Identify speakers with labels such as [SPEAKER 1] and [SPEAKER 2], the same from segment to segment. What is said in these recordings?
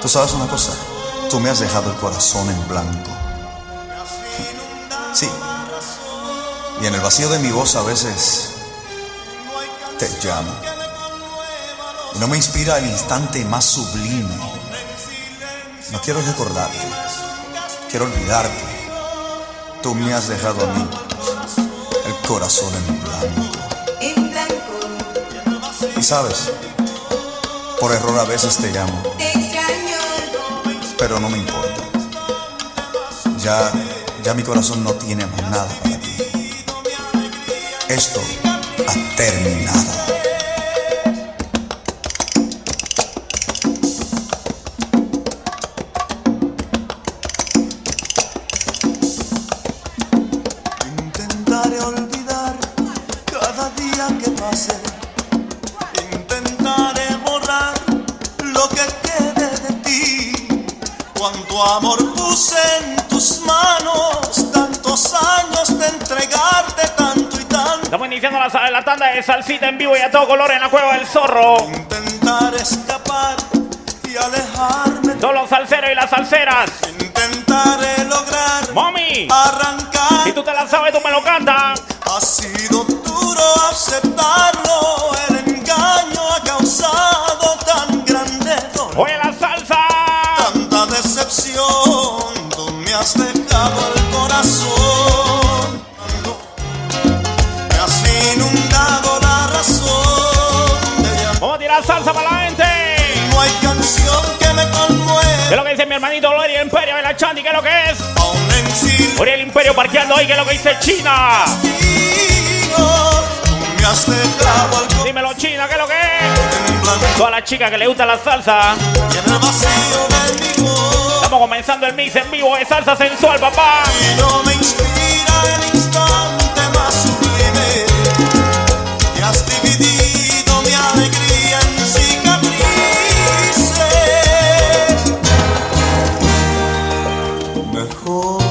[SPEAKER 1] Tú sabes una cosa, tú me has dejado el corazón en blanco. Sí. Y en el vacío de mi voz a veces te llamo. Y no me inspira el instante más sublime. No quiero recordarte, quiero olvidarte. Tú me has dejado a mí el corazón en blanco.
[SPEAKER 2] En blanco
[SPEAKER 1] Y sabes, por error a veces te llamo,
[SPEAKER 2] te extraño,
[SPEAKER 1] pero no me importa. Ya, ya mi corazón no tiene más nada para ti. Esto ha terminado.
[SPEAKER 3] Intentaré olvidar cada día que pase. Intentaré borrar lo que quede de ti. Cuanto amor puse en tus manos, tantos años de entregarte tanto y tanto.
[SPEAKER 4] Estamos iniciando la, la tanda de salsita en vivo y a todo color en la cueva del zorro.
[SPEAKER 3] Intentar escapar y alejarme.
[SPEAKER 4] Todos los salseros y las salseras.
[SPEAKER 3] Intentaré lograr
[SPEAKER 4] Mami,
[SPEAKER 3] arrancar.
[SPEAKER 4] si tú te la sabes, tú me lo cantas.
[SPEAKER 3] Ha sido duro aceptarlo, el engaño ha causado tan grande dolor,
[SPEAKER 4] Oye la salsa.
[SPEAKER 3] tanta decepción, tú me has dejado el corazón, tanto, me has inundado la razón, de llanto.
[SPEAKER 4] Vamos a tirar salsa para la gente.
[SPEAKER 3] no hay canción que me
[SPEAKER 4] ¿Qué es
[SPEAKER 3] conmueva,
[SPEAKER 4] lo que dice mi hermanito Oriel Imperio de la Chanti? ¿Qué es lo que es?
[SPEAKER 3] aún en silencio,
[SPEAKER 4] Oriel Imperio parqueando hoy. ¿Qué es lo que dice China?
[SPEAKER 3] tú me has dejado el corazón
[SPEAKER 4] Dímelo, China, ¿qué es lo que es?
[SPEAKER 3] en blanco,
[SPEAKER 4] Todas las chicas que le gusta la salsa.
[SPEAKER 3] y en el vacío de mi voz.
[SPEAKER 4] Estamos comenzando el mix en vivo de salsa sensual, papá.
[SPEAKER 3] Y no me inspira el instante más sublime Te has dividido mi alegría en cicatrices Mejor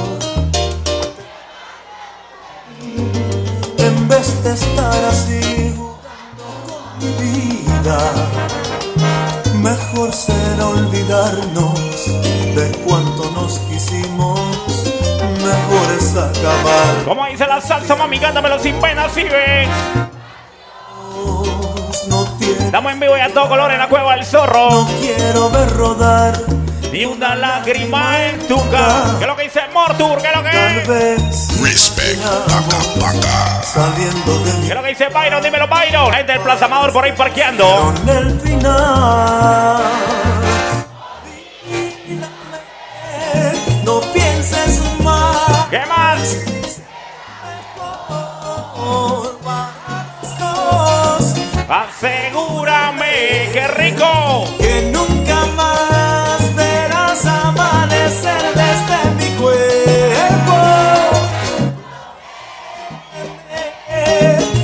[SPEAKER 3] En vez de estar así jugando con mi vida Mejor será olvidarnos de cuánto nos quisimos. Mejor es acabar.
[SPEAKER 4] ¿Cómo dice la salsa, mami? Cántamelo sin pena, sí, ve.
[SPEAKER 3] No, tiene,
[SPEAKER 4] Estamos en vivo y a todo color en la cueva del zorro.
[SPEAKER 3] no quiero ver rodar.
[SPEAKER 4] Ni una lágrima en tu cara. ¿Qué es lo que dice Mortur? ¿Qué es lo que
[SPEAKER 3] Tal
[SPEAKER 4] es? ¿Qué
[SPEAKER 3] vez
[SPEAKER 5] Respect,
[SPEAKER 3] sigamos saliendo de mi
[SPEAKER 4] es lo que dice Byron? Dímelo, Byron. Gente del Plaza Amador por ahí parqueando.
[SPEAKER 3] con el final. No pienses más.
[SPEAKER 4] ¿Qué más?
[SPEAKER 3] Por dos.
[SPEAKER 4] Asegúrame, qué rico.
[SPEAKER 3] que nunca más verás amanecer desde mi cuerpo.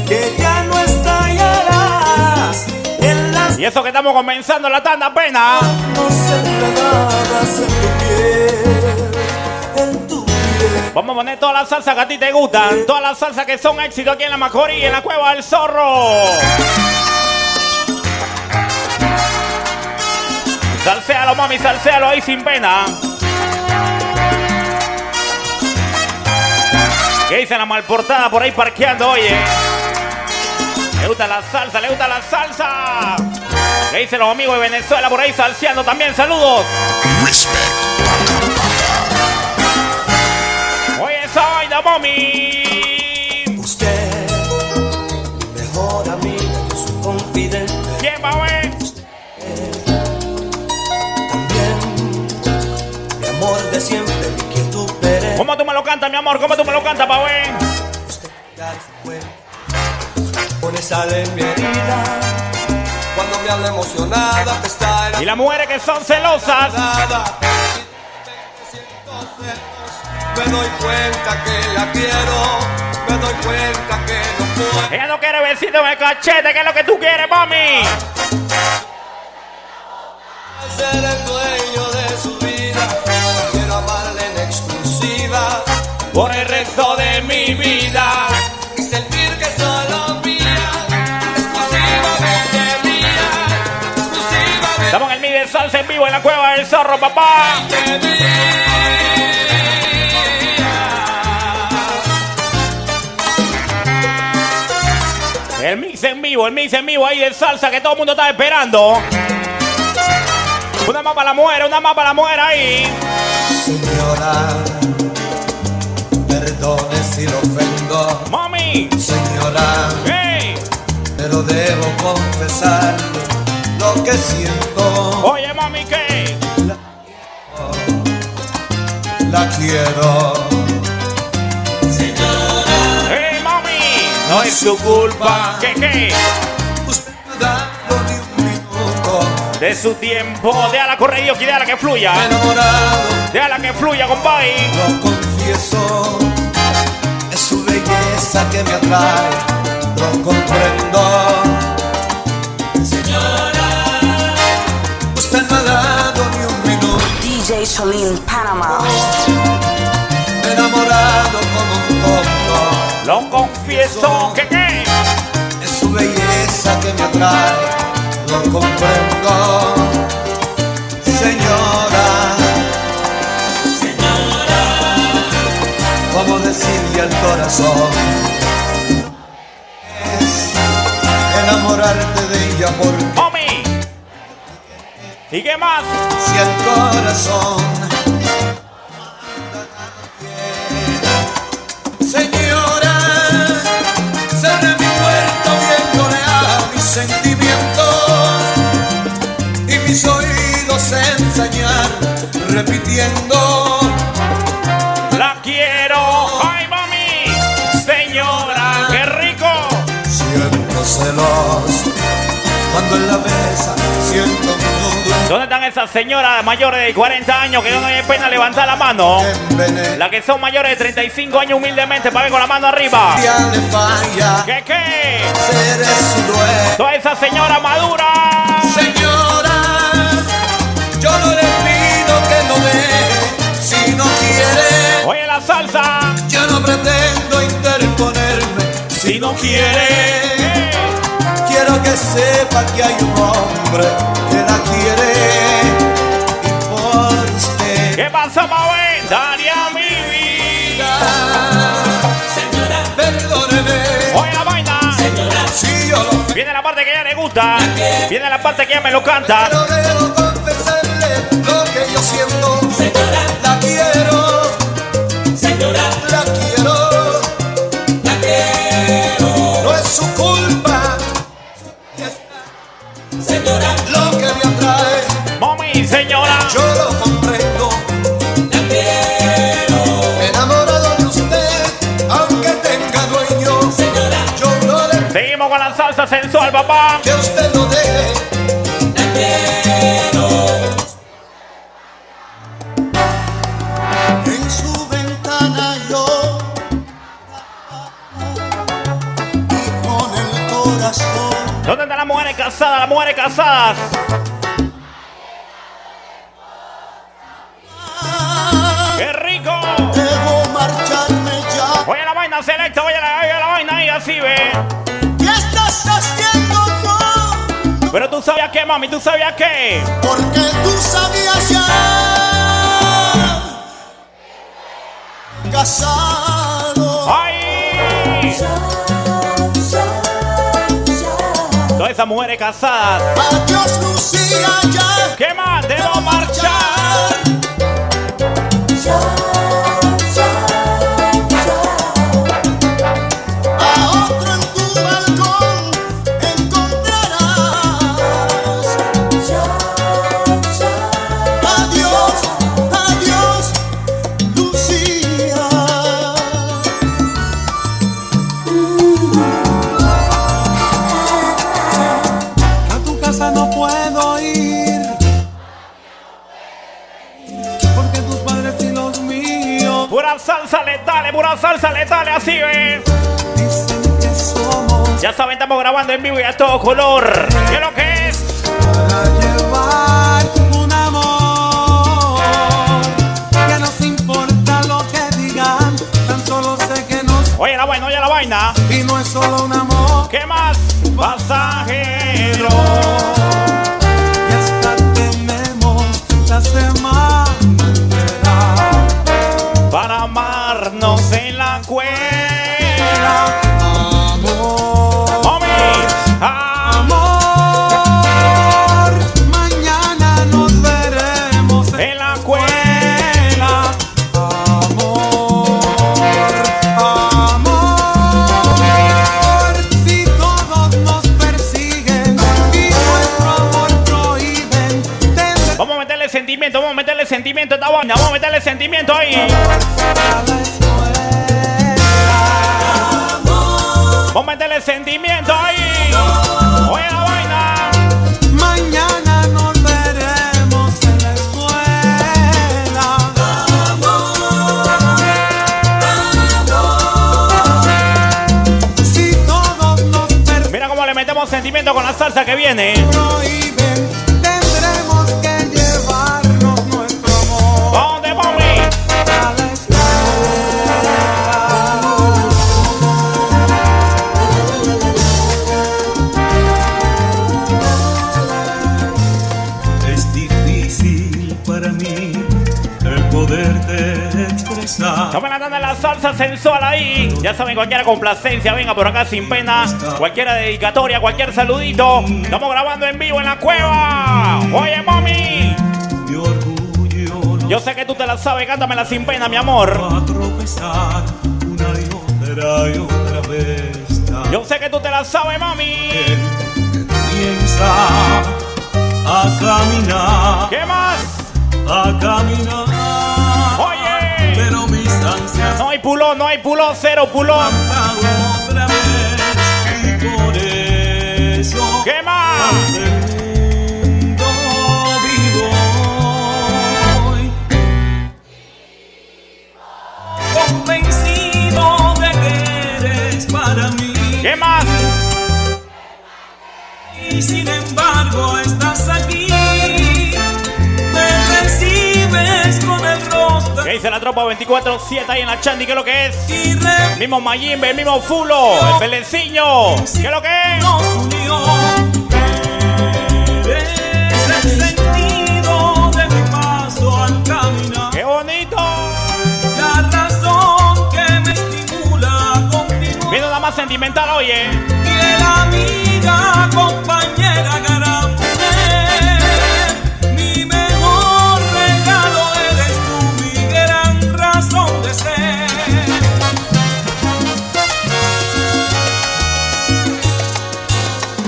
[SPEAKER 3] Que ya no estallarás en las
[SPEAKER 4] Y eso que estamos comenzando la tanda pena.
[SPEAKER 3] manos enredadas en tu piel, en tu piel.
[SPEAKER 4] Vamos a poner todas las salsas que a ti te gustan. Todas las salsas que son éxito aquí en la Macorís, en la cueva del zorro. Salsealo, mami, salsealo ahí sin pena. ¿Qué dice la malportada por ahí parqueando, oye? Le gusta la salsa, le gusta la salsa. ¿Qué dicen los amigos de Venezuela por ahí salseando también? Saludos.
[SPEAKER 5] respect,
[SPEAKER 4] Oye, esa vaina, mami.
[SPEAKER 6] Usted, mi mejor amiga, su confidente,
[SPEAKER 4] ¿Quién va a ver?
[SPEAKER 6] también mi amor de siempre, mi quietud perenne.
[SPEAKER 4] ¿Cómo tú me lo cantas, mi amor? ¿Cómo tú me lo cantas, pa' ver?
[SPEAKER 6] Usted ya se fue, pone sal en mi herida. Cuando me habla emocionada, te está
[SPEAKER 4] Y las mujeres que son celosas.
[SPEAKER 6] enamorada. Me doy cuenta que la quiero, me doy cuenta que no puedo.
[SPEAKER 4] Ella no quiere besito en el cachete, que es lo que tú quieres, mami.
[SPEAKER 6] ser el dueño de su vida. Quiero amarla en exclusiva
[SPEAKER 4] Por el resto de mi vida.
[SPEAKER 6] y sentir que solo mía, exclusivamente mía, exclusivamente
[SPEAKER 4] Estamos en el Mide Salsa en vivo en la cueva del zorro, papá. El mix en vivo, el mix en vivo ahí de salsa que todo el mundo está esperando. Una más para la mujer, una más para la mujer ahí.
[SPEAKER 3] Señora, perdone si lo ofendo.
[SPEAKER 4] Mami,
[SPEAKER 3] Señora,
[SPEAKER 4] hey,
[SPEAKER 3] pero debo confesar lo que siento.
[SPEAKER 4] oye mami, ¿qué?
[SPEAKER 3] La quiero.
[SPEAKER 4] Hey, mami,
[SPEAKER 3] No es su culpa.
[SPEAKER 4] ¿qué, qué?
[SPEAKER 3] Usted no ha dado ni un minuto.
[SPEAKER 4] De su tiempo, déjala correr, Dios, que déjala que fluya.
[SPEAKER 3] Me he enamorado,
[SPEAKER 4] Déjala que fluya, compadre.
[SPEAKER 3] lo confieso. Es su belleza que me atrae. Lo comprendo. Señora, usted no ha dado ni un minuto.
[SPEAKER 7] DJ Solín Panama.
[SPEAKER 3] Me he enamorado como un tonto.
[SPEAKER 4] Lo confieso, ¿qué, qué?
[SPEAKER 3] Es su belleza que me atrae, lo comprendo. Señora, señora, ¿cómo decirle al corazón? Es enamorarte de ella porque
[SPEAKER 4] Mami. ¿Y qué más?
[SPEAKER 3] si al corazón. Señora, cerré mi puerto viéndole a mis sentimientos y mis oídos enseñar repitiendo.
[SPEAKER 4] La quiero. ¡Ay, mami! Señora, qué rico.
[SPEAKER 3] Siento celos cuando en la mesa siento un
[SPEAKER 4] ¿Dónde están esas señoras mayores de 40 años que no hay pena levantar la mano?
[SPEAKER 3] envenenado.
[SPEAKER 4] Las que son mayores de 35 años humildemente, para ver con la mano arriba.
[SPEAKER 3] Ya le falla,
[SPEAKER 4] ¿Qué, qué?
[SPEAKER 3] seré su dueño.
[SPEAKER 4] Todas esas señoras maduras.
[SPEAKER 3] Señora, yo no le pido que no me, si no quiere,
[SPEAKER 4] Oye, la salsa.
[SPEAKER 3] yo no pretendo interponerme, si no quiere,
[SPEAKER 4] Eh,
[SPEAKER 3] quiero que sepa que hay un hombre que la quiere y por usted.
[SPEAKER 4] ¿Qué pasa, Mabel? Daria Mivi.
[SPEAKER 3] Señora, perdóneme
[SPEAKER 4] Oye, la vaina.
[SPEAKER 3] si yo lo
[SPEAKER 4] Viene la parte que ella le gusta. Viene la parte que ella me lo canta.
[SPEAKER 3] Pero debo confesarle lo que yo siento. Señora, la quiero. Señora, la quiero. La quiero. No es su culpa. Señora, lo que me atrae,
[SPEAKER 4] Mami, señora.
[SPEAKER 3] yo lo comprendo. La quiero. Enamorado de usted, aunque tenga dueño. Señora, yo no le
[SPEAKER 4] Seguimos con la salsa sensual, papá.
[SPEAKER 3] que usted lo deje. La quiero.
[SPEAKER 8] En su ventana yo y con el corazón
[SPEAKER 4] ¿Dónde están las mujeres casadas? Las mujeres casadas. ¡Qué rico!
[SPEAKER 8] debo marcharme ya.
[SPEAKER 4] Oye la vaina selecta, oye la, oye la vaina ahí, así ve.
[SPEAKER 8] ¿Qué estás haciendo no?
[SPEAKER 4] Pero tú sabías qué, mami, tú sabías qué.
[SPEAKER 8] Porque tú sabías ya casado.
[SPEAKER 4] ¡Ay! Todas esas mujeres casadas.
[SPEAKER 8] Adiós Lucía ya.
[SPEAKER 4] ¿Qué más? Debo marchar.
[SPEAKER 8] A otro en tu balcón encontrarás. Adiós, adiós, Lucía.
[SPEAKER 9] A tu casa no puedo ir porque tus padres y los míos
[SPEAKER 4] Pura salsa letales, pura salsa letales, así ve.
[SPEAKER 9] dicen que somos
[SPEAKER 4] Ya saben, estamos grabando en vivo y a todo color. ¿Qué es lo que es?
[SPEAKER 9] para llevar un amor que nos importa lo que digan, tan solo sé que nos
[SPEAKER 4] Oye la vaina, oye la vaina.
[SPEAKER 9] y no es solo un amor
[SPEAKER 4] ¿Qué más? Pasajero.
[SPEAKER 9] y hasta tenemos las
[SPEAKER 4] sentimiento, vamos a meterle sentimiento a esta vaina, vamos a meterle sentimiento ahí.
[SPEAKER 3] a la escuela.
[SPEAKER 4] Vamos a meterle sentimiento ahí. Oye la vaina.
[SPEAKER 3] Mañana nos veremos en la escuela. Si todos nos
[SPEAKER 4] Mira cómo le metemos sentimiento con la salsa que viene.
[SPEAKER 3] prohíben, tendremos que llevarnos nuestro amor
[SPEAKER 4] ¿A dónde, mami?
[SPEAKER 3] a la escuela.
[SPEAKER 10] Es difícil para mí el poderte expresar.
[SPEAKER 4] Estamos andando en la salsa sensual ahí. Ya saben, cualquier complacencia, venga por acá sin pena. Cualquier dedicatoria, cualquier saludito. Estamos grabando en vivo en la cueva. Oye, mami.
[SPEAKER 10] Mi orgullo no
[SPEAKER 4] Yo sé que tú te la sabes, cántamela sin pena, mi amor.
[SPEAKER 10] va a tropezar una y otra y otra vez. Tan
[SPEAKER 4] Yo sé que tú te la sabes, mami.
[SPEAKER 10] Comienza a caminar,
[SPEAKER 4] ¿Qué más?
[SPEAKER 10] a caminar.
[SPEAKER 4] Oye.
[SPEAKER 10] Pero mis ansias
[SPEAKER 4] No hay pulón, no hay pulón, cero pulón.
[SPEAKER 10] cantan otra vez y por eso
[SPEAKER 4] ¿Qué más?
[SPEAKER 10] del mundo vivo hoy. Convencido de que eres para mí
[SPEAKER 4] ¿Qué más?
[SPEAKER 10] y sin embargo estás aquí. Me recibes con el rostro
[SPEAKER 4] ¿Qué dice la tropa 24-7 ahí en la Chandy? ¿Qué es lo que es?
[SPEAKER 10] y
[SPEAKER 4] El mismo Mayimbe, el mismo Fulo, el Peleciño. ¿Qué es lo que es?
[SPEAKER 10] nos unió. Eres el sentido de mi paso al caminar.
[SPEAKER 4] ¡Qué bonito!
[SPEAKER 10] La razón que me estimula continúa.
[SPEAKER 4] Viene nada más sentimental, oye.
[SPEAKER 10] Fiel amiga, compañera, gran mujer. Mi mejor regalo eres tú, mi gran razón de ser.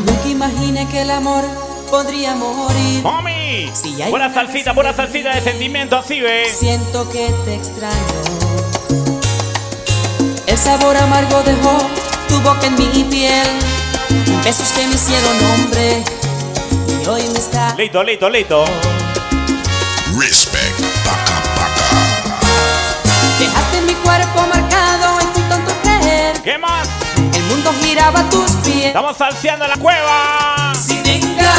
[SPEAKER 11] Nunca imaginé que el amor podría morir.
[SPEAKER 4] ¡Mami!
[SPEAKER 11] Sí, hay
[SPEAKER 4] Pura
[SPEAKER 11] una
[SPEAKER 4] salsita,
[SPEAKER 11] vez
[SPEAKER 4] pura
[SPEAKER 11] que
[SPEAKER 4] salsita de
[SPEAKER 11] viví.
[SPEAKER 4] sentimiento, así, ve.
[SPEAKER 11] Siento que te extraño. El sabor amargo dejó tu boca en mi piel. Besos que me hicieron hombre. Y hoy me está.
[SPEAKER 4] Listo, listo, listo.
[SPEAKER 12] Respect. Baka baka.
[SPEAKER 11] Dejaste mi cuerpo marcado en tu tonto creer.
[SPEAKER 4] ¿Qué más?
[SPEAKER 11] El mundo giraba a tus pies.
[SPEAKER 4] Estamos salseando en la cueva.
[SPEAKER 11] Si te engañas,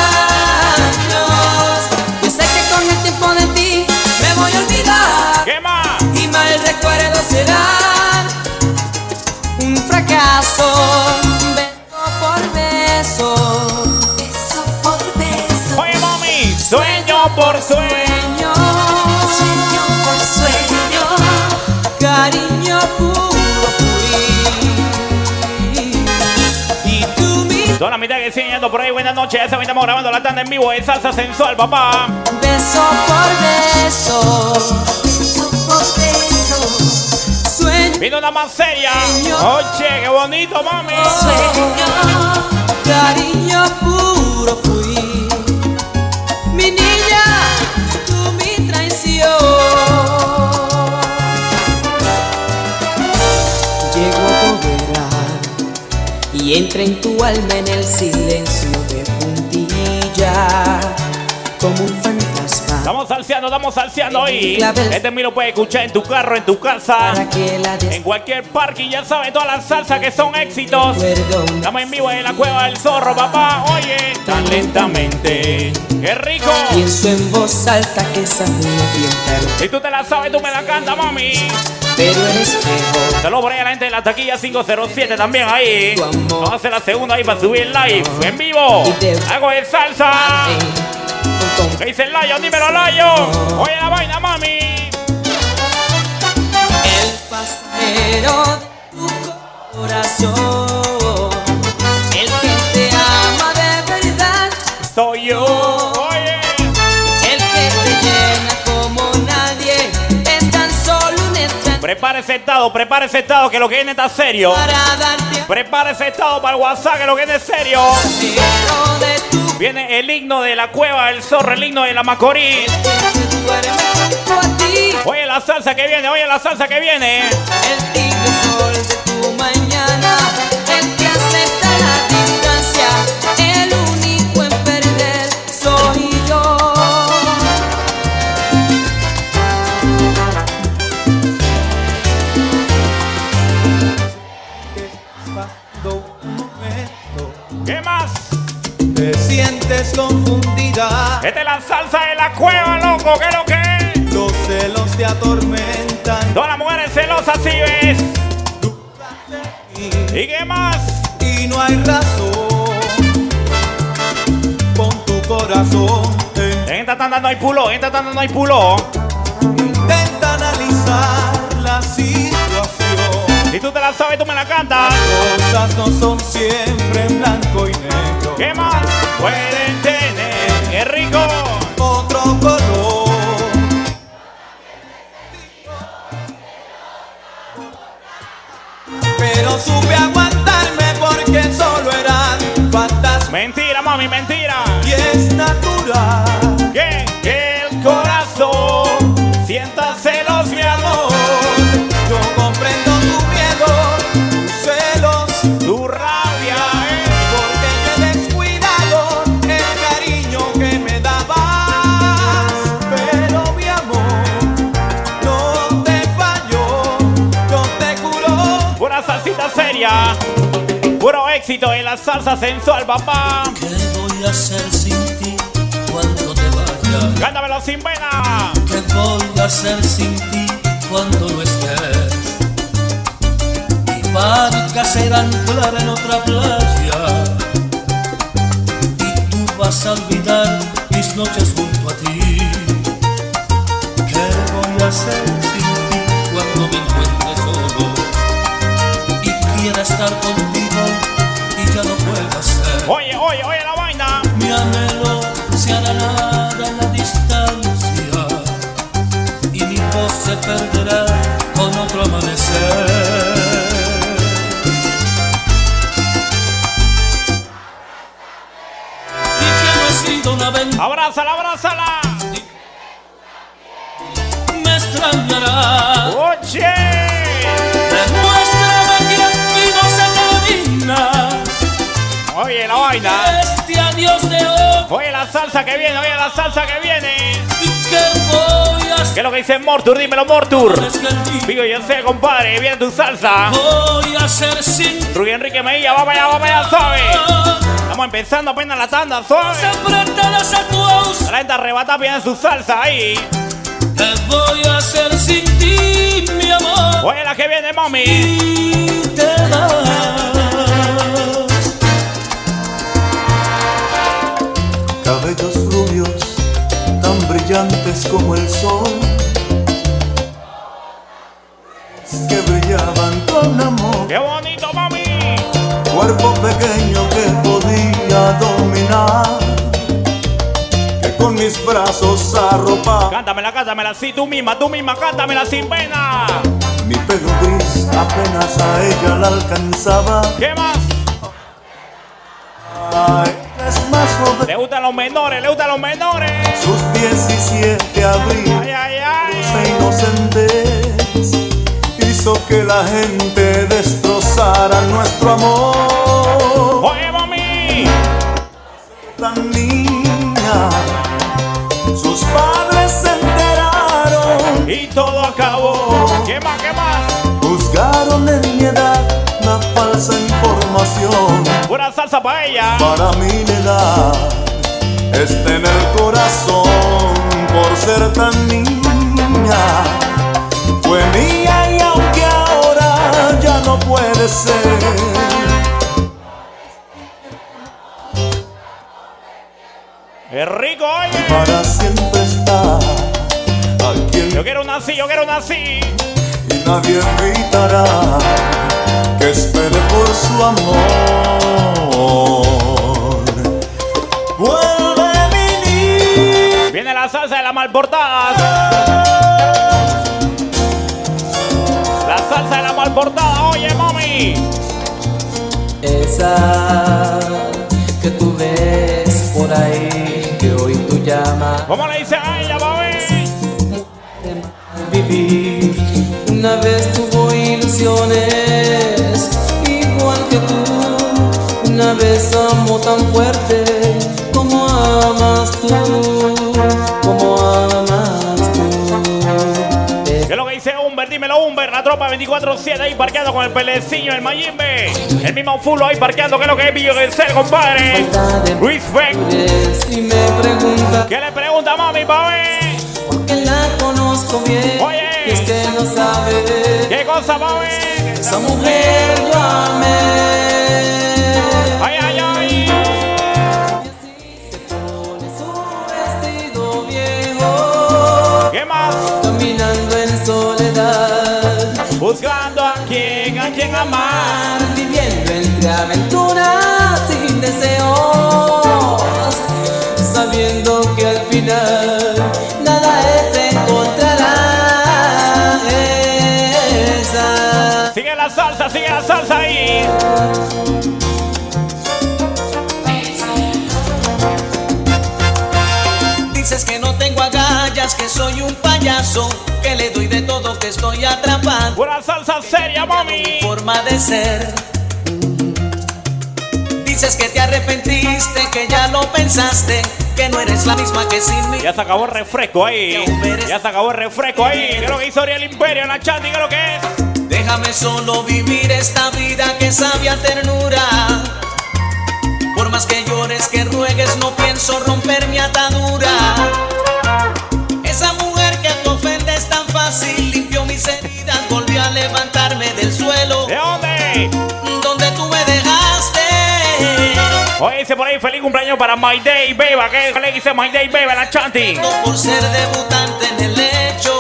[SPEAKER 11] yo sé que con el tiempo de ti me voy a olvidar
[SPEAKER 4] ¿Qué más?
[SPEAKER 11] y mal recuerdo será un fracaso. Beso por beso, beso por beso,
[SPEAKER 4] Oye, mami. Sueño por sueño.
[SPEAKER 11] sueño, sueño por sueño, cariño puro pulir. Y tú mi
[SPEAKER 4] Toda la mitad que siguen yendo por ahí, buenas noches. Ya saben, estamos grabando la tanda en vivo de salsa sensual, papá.
[SPEAKER 11] Beso por beso, beso por beso, sueño,
[SPEAKER 4] Viene una más seria. Oye, qué bonito, mami.
[SPEAKER 11] sueño, cariño puro fui. Mi niña, tú mi traición. Llegó tu verano y entra en tu alma en el silencio de puntilla, como un fantasma.
[SPEAKER 4] Estamos salseando, estamos salseando hoy.
[SPEAKER 11] Clavel.
[SPEAKER 4] Este mío lo puedes escuchar en tu carro, en tu casa,
[SPEAKER 11] Para que la
[SPEAKER 4] en cualquier parque. Y ya sabes, todas las salsas que son éxitos.
[SPEAKER 11] descuerdo una
[SPEAKER 4] Estamos en vivo en la cueva del zorro, papá. Oye, tan lentamente. ¡Qué rico!
[SPEAKER 11] Pienso en voz alta que esa bien tarde,
[SPEAKER 4] Si tú te la sabes, tú me la cantas, mami.
[SPEAKER 11] pero el espejo
[SPEAKER 4] Saludos por ahí a la gente de la taquilla 507 también ahí.
[SPEAKER 11] Tu amor.
[SPEAKER 4] Vamos a hacer la segunda ahí para subir live, en vivo.
[SPEAKER 11] Y te-
[SPEAKER 4] Hago de salsa.
[SPEAKER 11] eh, con
[SPEAKER 4] ¿Qué dice el Lion? Dímelo, Lion. Oye, la vaina, mami.
[SPEAKER 11] el pasajero de tu corazón, el que te ama de verdad,
[SPEAKER 4] Soy yo. Oye.
[SPEAKER 11] el que te llena como nadie, es tan solo un extraño
[SPEAKER 4] Prepárese estado, prepárese estado, que lo que viene está serio.
[SPEAKER 11] para darte
[SPEAKER 4] Prepárese estado para el WhatsApp, que lo que viene es serio.
[SPEAKER 11] a de tu
[SPEAKER 4] Viene el himno de la cueva del zorro, el himno de la macorí.
[SPEAKER 11] que te
[SPEAKER 4] la salsa que viene, oye la salsa que viene.
[SPEAKER 10] El tigre sol de tu mañana, el que acepta la distancia, el único en perder soy yo.
[SPEAKER 3] Cuando un momento
[SPEAKER 4] ¿Qué más?
[SPEAKER 3] te sientes confundida,
[SPEAKER 4] Esta es la salsa de la cueva, loco, ¿qué es lo que es?
[SPEAKER 3] los celos te atormentan
[SPEAKER 4] Todas las mujeres celosas, sí ves.
[SPEAKER 3] y,
[SPEAKER 4] ¿Y qué más?
[SPEAKER 3] y no hay razón. Pon tu corazón, en-
[SPEAKER 4] En esta tanda no hay pulo, en esta tanda no hay pulo.
[SPEAKER 3] intenta analizar la situación.
[SPEAKER 4] Si tú te la sabes, tú me la cantas.
[SPEAKER 3] Cosas no son siempre en blanco y negro.
[SPEAKER 4] ¿Qué más? Pueden tener, qué rico.
[SPEAKER 3] Otro color. Pero supe aguantarme porque solo eran fantasmas
[SPEAKER 4] Mentira, mami, mentira.
[SPEAKER 3] y es natural.
[SPEAKER 4] Que el corazón sienta celos, mi amor.
[SPEAKER 3] Yo comprendo tu miedo, tus celos,
[SPEAKER 4] Tu rabia, eh.
[SPEAKER 3] porque yo he descuidado el cariño que me dabas. Pero mi amor no te falló, yo te juro
[SPEAKER 4] Pura salsita seria. Puro éxito en la salsa sensual, papá.
[SPEAKER 13] ¿Qué voy a hacer sin ti cuando te vayas?
[SPEAKER 4] Cántamelo sin pena.
[SPEAKER 13] ¿Qué voy a hacer sin ti cuando no estés? Mi barca será anclar en otra playa y tú vas a olvidar mis noches junto a ti. ¿Qué voy a hacer sin ti cuando me encuentre solo y quiera estar contigo y ya no pueda ser?
[SPEAKER 4] Oye, oye, oye la vaina.
[SPEAKER 13] Mi anhelo se hará nada en la distancia y mi voz se perderá con otro amanecer. Y que no he sido una ventaja,
[SPEAKER 4] Abrázala, abrázala.
[SPEAKER 13] me extrañará.
[SPEAKER 4] Oye.
[SPEAKER 13] Demuéstrame que aquí no se termina
[SPEAKER 4] Oye la vaina.
[SPEAKER 13] este adiós de hoy.
[SPEAKER 4] Oye la salsa que viene, oye la salsa que viene.
[SPEAKER 13] ¿Y que voy a
[SPEAKER 4] ¿Qué
[SPEAKER 13] hacer?
[SPEAKER 4] es lo que dice Mortur? Dímelo, Mortur.
[SPEAKER 13] Es que el día
[SPEAKER 4] Digo, yo sé, compadre, viene tu salsa.
[SPEAKER 13] voy a hacer sin
[SPEAKER 4] Rubén Enrique Mejía, vamos allá, vamos allá, suave. Estamos empezando apenas la tanda, suave.
[SPEAKER 13] Enfrentarás a tu ausencia.
[SPEAKER 4] La gente arrebata bien su salsa ahí.
[SPEAKER 13] ¿Qué voy a hacer sin ti, mi amor?
[SPEAKER 4] Oye la que viene, mami.
[SPEAKER 13] Y te vas.
[SPEAKER 3] Cabellos rubios, tan brillantes como el sol, que brillaban con amor.
[SPEAKER 4] ¡Qué bonito, mami!
[SPEAKER 3] Cuerpo pequeño que podía dominar, que con mis brazos arropaba.
[SPEAKER 4] Cántamela, cántamela así, tú misma, tú misma, cántamela sin pena.
[SPEAKER 3] Mi pelo gris apenas a ella la alcanzaba.
[SPEAKER 4] ¿Qué más?
[SPEAKER 3] Ay, es más joven,
[SPEAKER 4] Le gustan los menores, le gustan los menores.
[SPEAKER 3] sus 17 abril.
[SPEAKER 4] ¡Ay, ay, ay!
[SPEAKER 3] e inocentes hizo que la gente destrozara nuestro amor.
[SPEAKER 4] ¡Oye, mami!
[SPEAKER 3] La niña, sus padres se enteraron,
[SPEAKER 4] Y todo acabó. ¿Qué más, qué más?
[SPEAKER 3] juzgaron en mi edad la falsa información.
[SPEAKER 4] Pura salsa para ella.
[SPEAKER 3] Para mí negar está en el corazón por ser tan niña. Fue mía y aunque ahora ya no puede ser.
[SPEAKER 4] ¡Es rico, oye!
[SPEAKER 3] para siempre está aquí
[SPEAKER 4] Yo quiero una así, yo quiero una así.
[SPEAKER 3] y nadie evitará que espere por su amor. Vuelve mi niña,
[SPEAKER 4] Viene la salsa de las malportadas. La salsa de las malportadas. Oye, mami.
[SPEAKER 10] Esa que tú ves por ahí, que hoy tú llamas
[SPEAKER 4] ¿Cómo le dice a ella, mami?
[SPEAKER 10] vivir.
[SPEAKER 13] Una vez tuvo ilusiones, igual que tú. Una vez amó tan fuerte, como amas tú, como amas tú.
[SPEAKER 4] ¿Qué es lo que dice Humber? Dímelo, Humber. La tropa 24-7 ahí parqueando con el pelecillo, el Mayimbe. El mismo Fulo ahí parqueando. ¿Qué es lo que es Billo del Cel, compadre? Luis Beck.
[SPEAKER 13] Y me pregunta
[SPEAKER 4] ¿Qué le pregunta, mami, pa' ver?
[SPEAKER 13] que la conozco bien.
[SPEAKER 4] Oye.
[SPEAKER 13] Y es que no sabe,
[SPEAKER 4] ¿Qué cosa, pa' ver?
[SPEAKER 13] esa mujer yo amé.
[SPEAKER 4] Ay, ay, ay.
[SPEAKER 13] Pone su vestido viejo,
[SPEAKER 4] ¿Qué más?
[SPEAKER 13] caminando en soledad,
[SPEAKER 4] Buscando a quien, a quien amar.
[SPEAKER 13] viviendo entre aventuras sin deseos, sabiendo que al final nada es te encontrará esa.
[SPEAKER 4] Sigue la salsa, sigue la salsa ahí.
[SPEAKER 10] Dices que no tengo agallas, que soy un payaso, que le doy de todo, que estoy atrapado.
[SPEAKER 4] Pura salsa seria, mami.
[SPEAKER 10] Forma de ser. Dices que te arrepentiste, que ya lo pensaste, que no eres la misma que sin mí.
[SPEAKER 4] Ya se acabó el refresco ahí. Ya se acabó el refresco ahí. ¿Qué es lo que hizo Oriel Imperio en la chat? Diga lo que es.
[SPEAKER 10] Déjame solo vivir esta vida que sabe a ternura. Por más que llores, que ruegues, no pienso romper mi atadura. Esa mujer que te ofende es tan fácil, limpió mis heridas, volvió a levantarme del suelo
[SPEAKER 4] ¿De dónde?
[SPEAKER 10] donde tú me dejaste.
[SPEAKER 4] Oye, dice por ahí, feliz cumpleaños para My Day Beba. ¿Qué le dice My Day Beba en la chanti?
[SPEAKER 10] No por ser debutante en el hecho,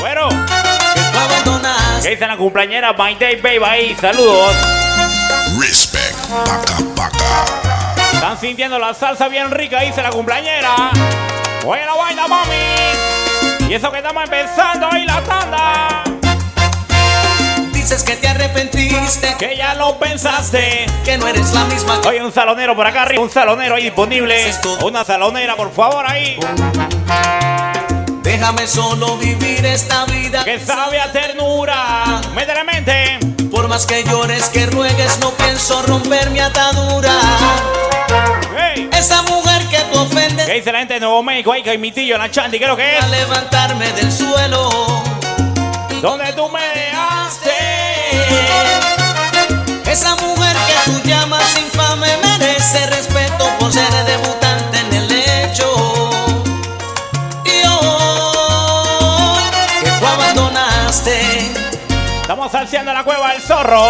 [SPEAKER 4] Bueno,
[SPEAKER 10] que tú abandonaste.
[SPEAKER 4] ¿qué dice la cumpleañera My Day Beba ahí? Saludos.
[SPEAKER 5] Respect, paca, paca.
[SPEAKER 4] Están sintiendo la salsa bien rica, dice la cumpleañera. Oye, la vaina, mami. Y eso que estamos empezando ahí la tanda.
[SPEAKER 10] Dices que te arrepentiste,
[SPEAKER 4] Que ya lo pensaste.
[SPEAKER 10] que no eres la misma que
[SPEAKER 4] Oye, un salonero por acá arriba, un salonero ahí disponible. Una salonera, por favor, ahí.
[SPEAKER 10] Déjame solo vivir esta vida
[SPEAKER 4] Que sabe a ternura. Métele mente.
[SPEAKER 10] Por más que llores, que ruegues, no pienso romper mi atadura.
[SPEAKER 4] Ey.
[SPEAKER 10] Esa mujer que tú ofendes
[SPEAKER 4] ¿Qué dice la gente de Nuevo México? Ahí que mi tío en la chanti, ¿qué es lo que
[SPEAKER 10] a
[SPEAKER 4] es?
[SPEAKER 10] levantarme del suelo.
[SPEAKER 4] Donde tú me dejaste.
[SPEAKER 10] Esa mujer que tú llamas infame merece respeto por ser debutante en el hecho. Y hoy que tú abandonaste.
[SPEAKER 4] Estamos salseando la cueva del zorro.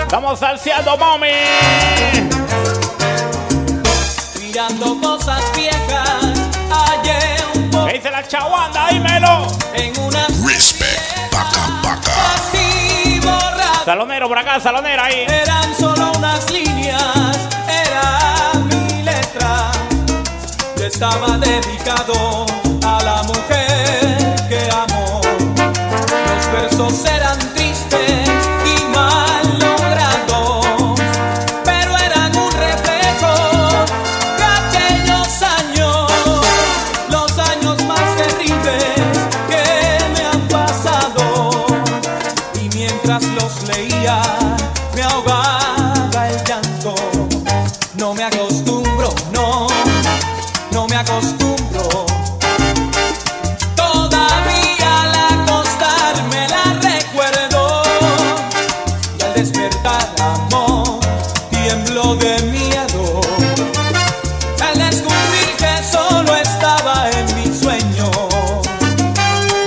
[SPEAKER 4] Estamos salseando, mami.
[SPEAKER 10] Mirando cosas viejas, hallé un
[SPEAKER 4] ¿Qué dice la chawanda? Dímelo.
[SPEAKER 10] en una
[SPEAKER 5] Respect, paca, paca.
[SPEAKER 10] así borrada.
[SPEAKER 4] Salonero por acá, salonera ahí.
[SPEAKER 10] Eran solo unas líneas, era mi letra. Yo estaba dedicado a la mujer que amo. Los versos eran tristes y mal logrados, pero eran un reflejo de aquellos años, los años más terribles que me han pasado y mientras los leía me ahogaba el llanto. No me acostumbro, no, no me acostumbro. Todavía al acostarme la recuerdo y al despertar amor tiemblo de miedo. Al descubrir que solo estaba en mi sueño,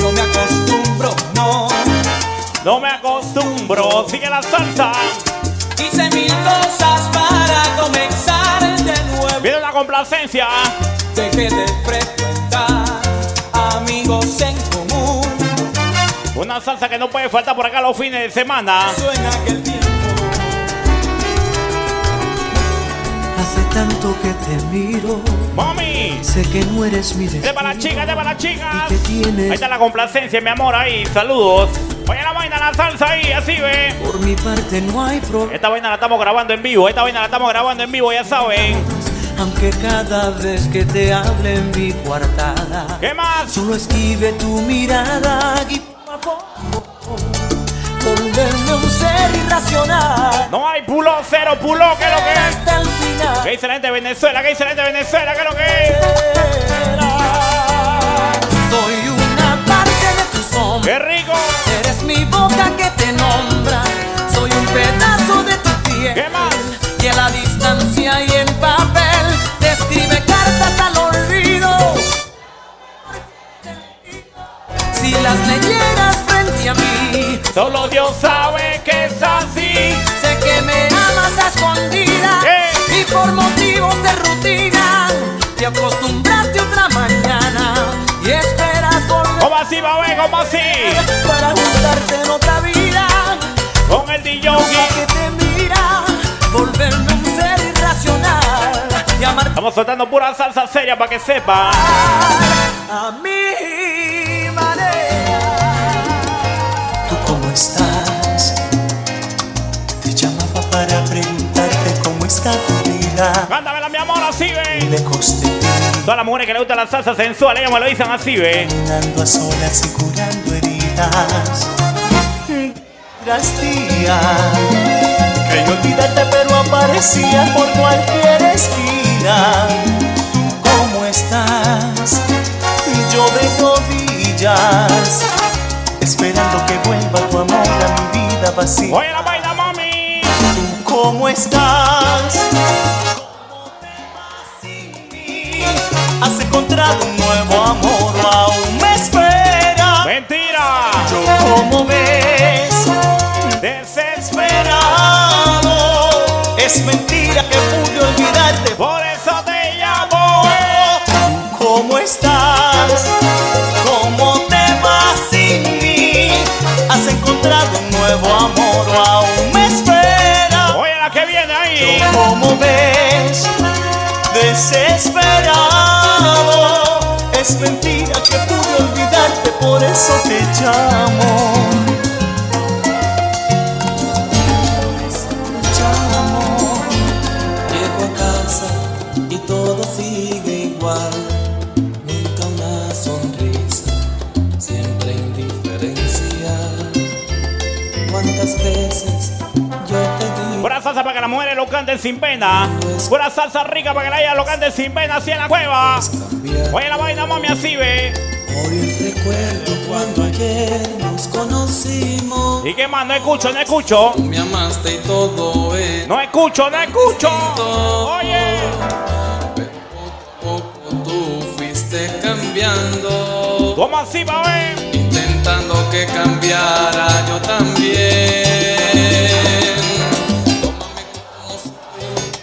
[SPEAKER 10] no me acostumbro, no.
[SPEAKER 4] No me acostumbro. Sigue la salsa.
[SPEAKER 10] Hice mil cosas para comenzar de nuevo.
[SPEAKER 4] Viene la complacencia.
[SPEAKER 10] Dejé de frecuentar amigos en común.
[SPEAKER 4] Una salsa que no puede faltar por acá los fines de semana.
[SPEAKER 10] Eso en aquel tiempo.
[SPEAKER 13] Hace tanto que te miro,
[SPEAKER 4] Mami.
[SPEAKER 13] sé que no eres mi
[SPEAKER 4] De para las chicas, de para las chicas.
[SPEAKER 13] ¿Y qué tienes?
[SPEAKER 4] Ahí está la complacencia, mi amor, ahí. Saludos. Oye, la vaina, la salsa ahí, así ve.
[SPEAKER 13] Por mi parte no hay problema.
[SPEAKER 4] Esta vaina la estamos grabando en vivo, esta vaina la estamos grabando en vivo, ya saben.
[SPEAKER 13] aunque cada vez que te hable en mi coartada,
[SPEAKER 4] ¿Qué más?
[SPEAKER 13] Solo esquive tu mirada y volverme un ser irracional.
[SPEAKER 4] No hay pulo cero, pulo, ¿qué es lo que es?
[SPEAKER 13] Hasta el final.
[SPEAKER 4] ¿Qué dice la gente de Venezuela? ¿Qué dice la gente de Venezuela? ¿Qué es lo que es?
[SPEAKER 13] Soy una parte de tu sombra.
[SPEAKER 4] ¡Qué rico!
[SPEAKER 13] Eres mi boca que te nombra. Soy un pedazo de tu piel.
[SPEAKER 4] ¿Qué más?
[SPEAKER 13] Que a la distancia y en papel te escribe cartas al olvido. Si las leyeras frente a mí,
[SPEAKER 4] Solo Dios sabe que es así.
[SPEAKER 13] sé que me amas a escondidas
[SPEAKER 4] ¡Eh!
[SPEAKER 13] y por motivos de rutina te acostumbraste otra mañana y esperas volver
[SPEAKER 4] ¿Cómo así, Babé? ¿Cómo así?
[SPEAKER 13] para juntarte en otra vida.
[SPEAKER 4] Con el DJ.
[SPEAKER 13] Ahora que te mira, volverme un ser irracional y amar
[SPEAKER 4] Estamos soltando pura salsa seria para que sepa.
[SPEAKER 13] a mi manera.
[SPEAKER 14] ¿Tú cómo estás? Te llamaba para preguntarte cómo está tu vida.
[SPEAKER 4] Cántamela, mi amor, así ve.
[SPEAKER 14] Lejos de ti,
[SPEAKER 4] Todas las mujeres que le gusta la salsa sensual, ellas me lo dicen así, ve.
[SPEAKER 14] caminando a solas y curando heridas. Tras día, creí olvidarte, pero aparecías por cualquier esquina. ¿Tú cómo estás? Yo de rodillas, esperando que vuelva tu amor a mi vida vacía.
[SPEAKER 4] Oye la vaina, mami.
[SPEAKER 14] ¿Tú cómo estás? ¿Has encontrado un nuevo amor o aún me espera?
[SPEAKER 4] Mentira.
[SPEAKER 14] Yo como ves,
[SPEAKER 4] Desespera.
[SPEAKER 14] desesperado Es mentira que pude olvidarte
[SPEAKER 4] Por eso te llamo. eh.
[SPEAKER 14] ¿Tú ¿Cómo estás? ¿Cómo te vas sin mí? ¿Has encontrado un nuevo amor o aún me espera?
[SPEAKER 4] Oye la que viene ahí.
[SPEAKER 14] Como ves, desesperado. Es mentira que pude olvidarte, por eso te llamo. Por eso te llamo.
[SPEAKER 13] Llego a casa y todo sigue igual. Nunca una sonrisa, siempre indiferencia. ¿Cuántas veces yo te digo?
[SPEAKER 4] Pura salsa para que las mujeres lo canten sin pena. Pura salsa rica para que las ellas lo canten sin pena, así en la cueva. Oye la vaina, mami, así ve.
[SPEAKER 13] Hoy recuerdo cuando ayer nos conocimos.
[SPEAKER 4] ¿Y qué más? No escucho, no escucho.
[SPEAKER 13] Tú me amaste y todo es
[SPEAKER 4] No escucho, no escucho. Oye.
[SPEAKER 13] poco. Tú fuiste cambiando,
[SPEAKER 4] ¿Cómo así, babe?
[SPEAKER 13] intentando que cambiara yo también. Tómame como soy.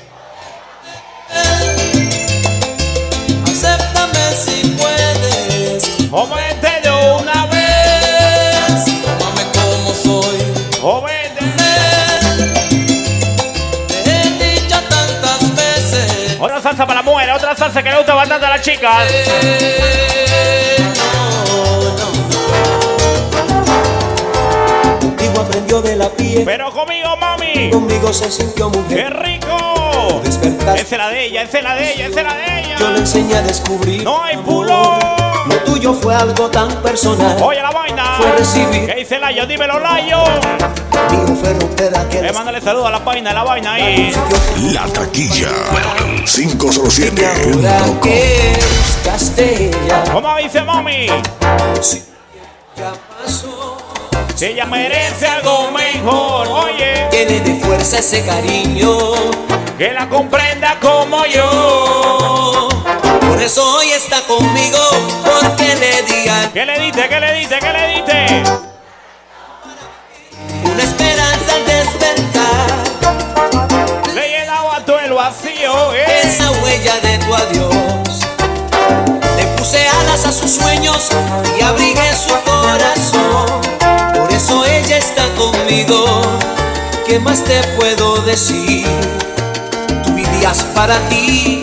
[SPEAKER 13] Acéptame si puedes.
[SPEAKER 4] Obedece de una vez.
[SPEAKER 13] Tómame como soy.
[SPEAKER 4] Obedece.
[SPEAKER 13] Te he dicho tantas veces.
[SPEAKER 4] Otra salsa para la mujer, otra salsa que le gusta bastante a las chicas.
[SPEAKER 3] Contigo aprendió de la piel,
[SPEAKER 4] Pero conmigo, mami.
[SPEAKER 3] conmigo se sintió
[SPEAKER 4] ¡Qué
[SPEAKER 3] mujer.
[SPEAKER 4] rico!
[SPEAKER 3] Despertaste.
[SPEAKER 4] Esa es la de ella, esa es la de ella, esa es la de
[SPEAKER 3] Yo le
[SPEAKER 4] ella.
[SPEAKER 3] enseñé a descubrir.
[SPEAKER 4] No hay
[SPEAKER 3] amor.
[SPEAKER 4] pulo.
[SPEAKER 3] Lo tuyo fue algo tan personal.
[SPEAKER 4] Oye la vaina.
[SPEAKER 3] Fue recibir
[SPEAKER 4] ¿Qué dice Layo? Dímelo, Layo.
[SPEAKER 3] mi ferrontera que
[SPEAKER 4] Eh, mándale saludos a la vaina, a la vaina ahí.
[SPEAKER 5] La taquilla
[SPEAKER 3] Y ahora
[SPEAKER 5] 507.com.
[SPEAKER 3] que buscaste ya,
[SPEAKER 4] ¿Cómo dice mami?
[SPEAKER 3] ya pasó.
[SPEAKER 4] Si ella merece algo mejor, oye,
[SPEAKER 3] Tiene de fuerza ese cariño.
[SPEAKER 4] que la comprenda como yo.
[SPEAKER 3] Por eso hoy está conmigo, porque le di a
[SPEAKER 4] ¿Qué le diste? ¿Qué le diste? ¿Qué le diste?
[SPEAKER 3] una esperanza al despertar.
[SPEAKER 4] Le llenaba todo el vacío, eh.
[SPEAKER 3] Esa huella de tu adiós. Le puse alas a sus sueños y abrigué su corazón. Por eso ella está conmigo. ¿Qué más te puedo decir? Tú vivías para ti,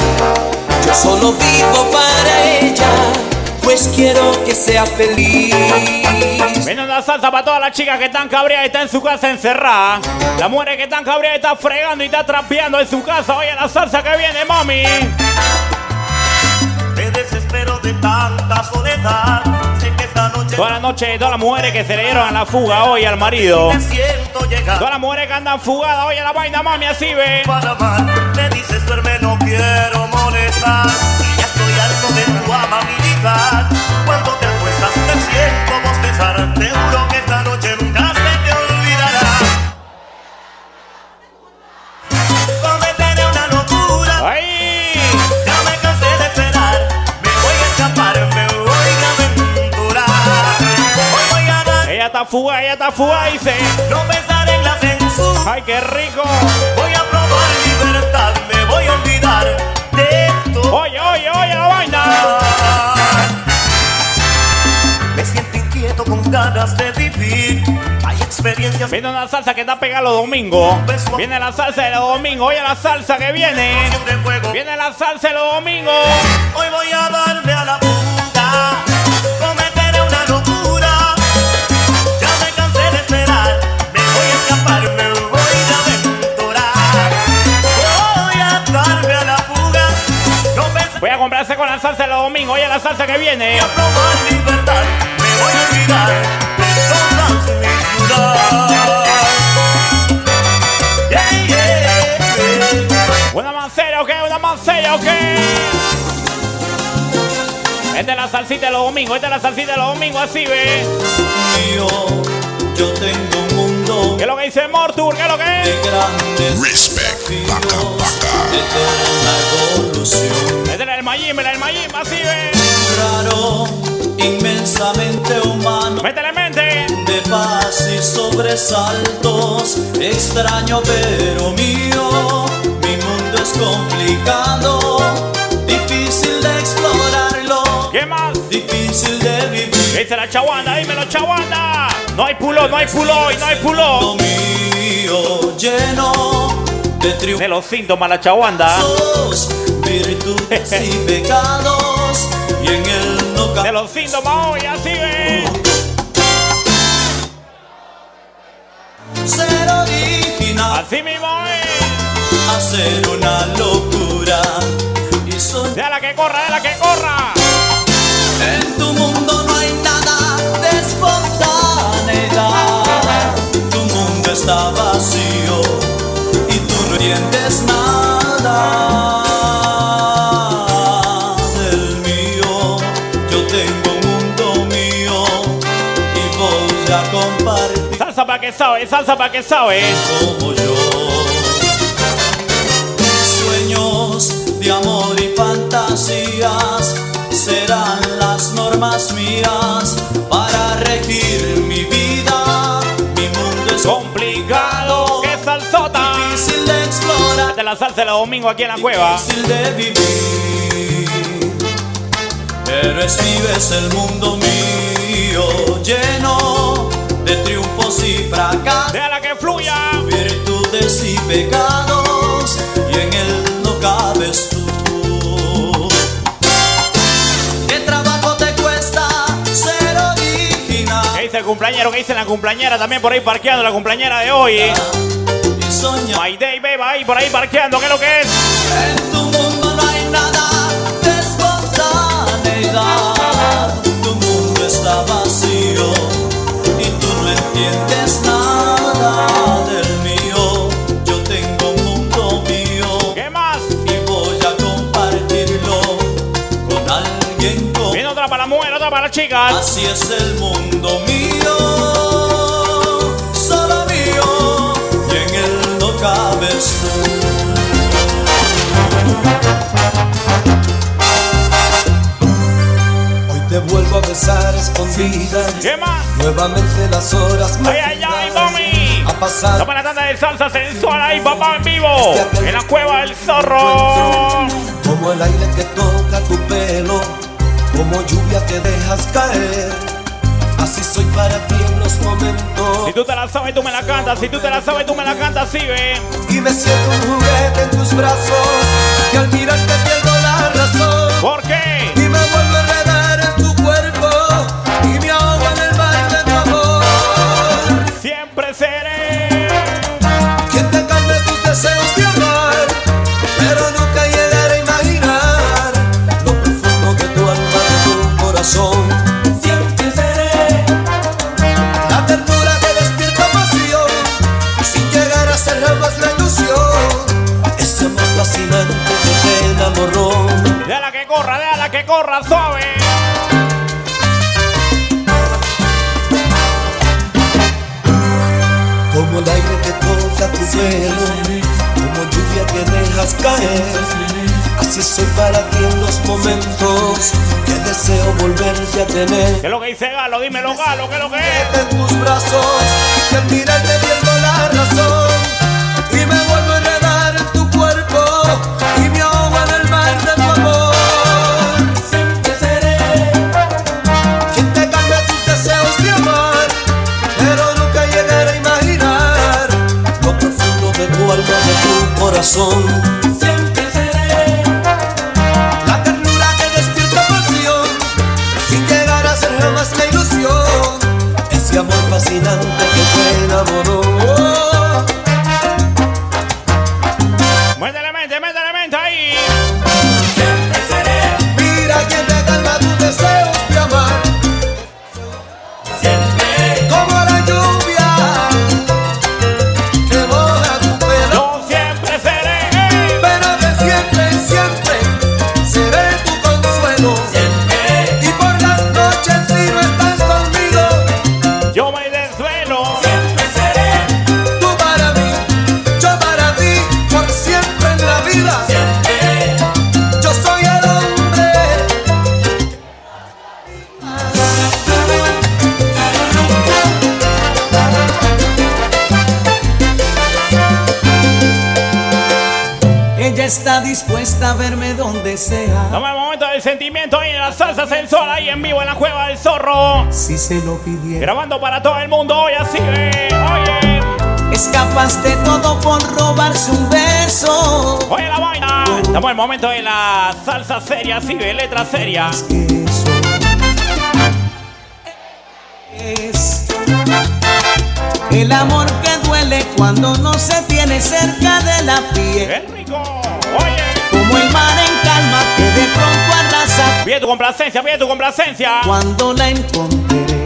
[SPEAKER 3] yo solo vivo para ella. Tú
[SPEAKER 15] pues quiero que sea feliz.
[SPEAKER 4] Menos la salsa para todas las chicas que están cabreadas y están en su casa encerradas. Las mujeres que están cabreadas y están fregando y están trampeando en su casa. Oye, la salsa que viene, mami.
[SPEAKER 10] Me desespero de tanta soledad. Sé que esta noche.
[SPEAKER 4] Todas las noches, todas las mujeres que se le dieron a la fuga hoy al marido.
[SPEAKER 10] Me siento llegar.
[SPEAKER 4] Todas las mujeres que andan fugadas, oye la vaina, mami, así ve.
[SPEAKER 10] Para amar, me dices duerme, no quiero molestar. Y ya estoy harto de tu amabilidad. Cuando te acuestas, te siento bostezar. Te juro que esta noche nunca se te olvidará. Cometeré una locura.
[SPEAKER 4] ¡Ay!
[SPEAKER 10] Ya me cansé de esperar, me voy a escapar, me voy a aventurar. Hoy voy a dar,
[SPEAKER 4] Ella está fuga, ella está fuga, dice.
[SPEAKER 10] no pensaré en la censura.
[SPEAKER 4] ¡Ay, qué rico!
[SPEAKER 10] Voy a probar libertad, me voy a olvidar de esto.
[SPEAKER 4] Oye, oye, oye la vaina.
[SPEAKER 10] Me siento inquieto con ganas de vivir. Hay experiencias que
[SPEAKER 4] Viene una salsa que está pegada los domingos. Viene la salsa de los domingos. Oye la salsa que viene.
[SPEAKER 10] siempre juego.
[SPEAKER 4] Viene la salsa de los domingos.
[SPEAKER 10] Hoy voy a darme a la punta, cometeré una locura. Ya me cansé de esperar, me voy a escapar, me voy a aventurar. Voy a darme a la fuga, no pensar
[SPEAKER 4] Voy a comprarse con la salsa de los domingos. Oye la salsa que viene.
[SPEAKER 10] a probar libertad. Me voy a olvidar de todas mis dudas. Yeah, yeah.
[SPEAKER 4] Una mancera, ok, una mancera, ok. Esta es la salsita de los domingos. Esta es la salsita de los domingos, así ve.
[SPEAKER 3] Mío, yo tengo un mundo
[SPEAKER 4] ¿Qué es lo que dice Mortur? ¿Qué es lo que
[SPEAKER 3] de
[SPEAKER 4] es?
[SPEAKER 3] grandes
[SPEAKER 16] Respect, paca, paca.
[SPEAKER 3] de eterna evolución.
[SPEAKER 4] Este era el Mayim, era el Mayim, así ve.
[SPEAKER 3] Raro, inmensamente humano,
[SPEAKER 4] Métele mente.
[SPEAKER 3] de paz y sobresaltos. Extraño pero mío, mi mundo es complicado, difícil de explorarlo,
[SPEAKER 4] ¿Qué más?
[SPEAKER 3] difícil de vivir.
[SPEAKER 4] ¿Qué dice la chawanda? Dímelo, chawanda. No hay pulo, no hay pulo hoy, no hay pulo.
[SPEAKER 3] Lo mío lleno de
[SPEAKER 4] De los síntomas, la chawanda.
[SPEAKER 3] triunfos, virtudes y pecados, y en él no
[SPEAKER 4] De los síntomas hoy, así ve.
[SPEAKER 3] ser original,
[SPEAKER 4] Así mismo es.
[SPEAKER 3] hacer una locura y soñar.
[SPEAKER 4] De la que corra, de la que corra.
[SPEAKER 3] En tu mundo no hay nada de espontaneidad. Tu mundo está vacío y tú no entiendes nada del mío. Yo tengo un mundo mío y voy a compartir
[SPEAKER 4] Salsa para que sabe, salsa para que sabe.
[SPEAKER 3] como yo. Sueños de amor y fantasías serán las normas mías para regir mi vida. Mi mundo es
[SPEAKER 4] Complicado, que salsota.
[SPEAKER 3] difícil de explorar,
[SPEAKER 4] Esta es la salsa de los domingos aquí en la cueva.
[SPEAKER 3] difícil de vivir. Pero escribes el mundo mío lleno de triunfos y fracasos.
[SPEAKER 4] Déjala que fluya.
[SPEAKER 3] virtudes y pecados, y en él no cabes tú. ¿Qué trabajo te cuesta ser
[SPEAKER 4] ¿Qué
[SPEAKER 3] original
[SPEAKER 4] dice el cumpleañero? ¿Qué dice la cumpleañera? También por ahí parqueando la cumpleañera de hoy.
[SPEAKER 3] y soñar?
[SPEAKER 4] My Day Beba ahí por ahí parqueando. ¿Qué es lo que es?
[SPEAKER 3] En tu mundo no hay nada de espontaneidad, tu mundo está vacío y tú no entiendes nada del mío. Yo tengo un mundo mío.
[SPEAKER 4] ¿Qué más?
[SPEAKER 3] y voy a compartirlo con alguien como
[SPEAKER 4] Viene otra para la mujer, otra para las chicas.
[SPEAKER 3] así es el mundo mío solo mío y en él no cabes tú
[SPEAKER 17] Hoy te vuelvo a besar escondidas.
[SPEAKER 4] ¿Qué más?
[SPEAKER 17] Nuevamente las horas
[SPEAKER 4] ¡Ay, ay, ay, mami!
[SPEAKER 17] Ha pasado
[SPEAKER 4] Toma la tanda de salsa sensual ahí, papá, en vivo. En la cueva del zorro.
[SPEAKER 17] como el aire que toca tu pelo, como lluvia que dejas caer. Así soy para ti en los momentos
[SPEAKER 4] Si tú te la sabes, tú me la cantas. Si tú te la sabes, tú me la cantas, sí, ve.
[SPEAKER 17] y me siento un juguete en tus brazos y al mirarte pierdo la razón
[SPEAKER 4] ¿Por qué?
[SPEAKER 17] y me vuelvo a enredar en tu cuerpo.
[SPEAKER 4] corra, déjala que corra suave.
[SPEAKER 3] Como el aire que toca tu pelo, como lluvia que dejas caer. Así soy para ti en los momentos que deseo volverte a tener.
[SPEAKER 4] ¿Qué es lo que dice Galo? Dímelo, Galo, ¿qué es lo que es?
[SPEAKER 3] En tus brazos, que al mirarte pierdo la razón. Y me vuelvo a enredar en tu cuerpo, y me ahogo en el mar de tu amor. Te seré quien te calme tus deseos de amar, pero nunca llegaré a imaginar lo profundo de tu alma, de tu corazón. La ternura que despierta pasión, sin llegar a ser jamás la ilusión. Ese amor fascinante que te enamoró.
[SPEAKER 4] Métele mente, métele mente ahí.
[SPEAKER 3] Mira quien te calma tus deseos de amar. Como la lluvia que moja tu pelo.
[SPEAKER 4] Yo siempre seré.
[SPEAKER 3] Pero que siempre, siempre seré tu consuelo. Siempre. Y por las noches si no estás conmigo,
[SPEAKER 4] Yo me desvelo.
[SPEAKER 3] tú para mí, yo para ti, por siempre en la vida. Siempre. Yo soy el hombre.
[SPEAKER 10] Ella está dispuesta a verme donde sea.
[SPEAKER 4] Toma el momento del sentimiento ahí en la salsa sensual, ahí en vivo en la cueva del zorro.
[SPEAKER 10] Si se lo pidiera.
[SPEAKER 4] Grabando para todo el mundo hoy, así ve. Oye,
[SPEAKER 10] Es capaz de todo por robarse un beso.
[SPEAKER 4] oye la vaina. Estamos en el momento de la salsa seria, así ve, letra seria.
[SPEAKER 10] Es el amor que duele cuando no se tiene cerca de la piel.
[SPEAKER 4] ¡Qué rico! Oye,
[SPEAKER 10] Como el mar en calma que de pronto arrasa
[SPEAKER 4] pide tu complacencia, pide tu complacencia.
[SPEAKER 10] cuando la encontré.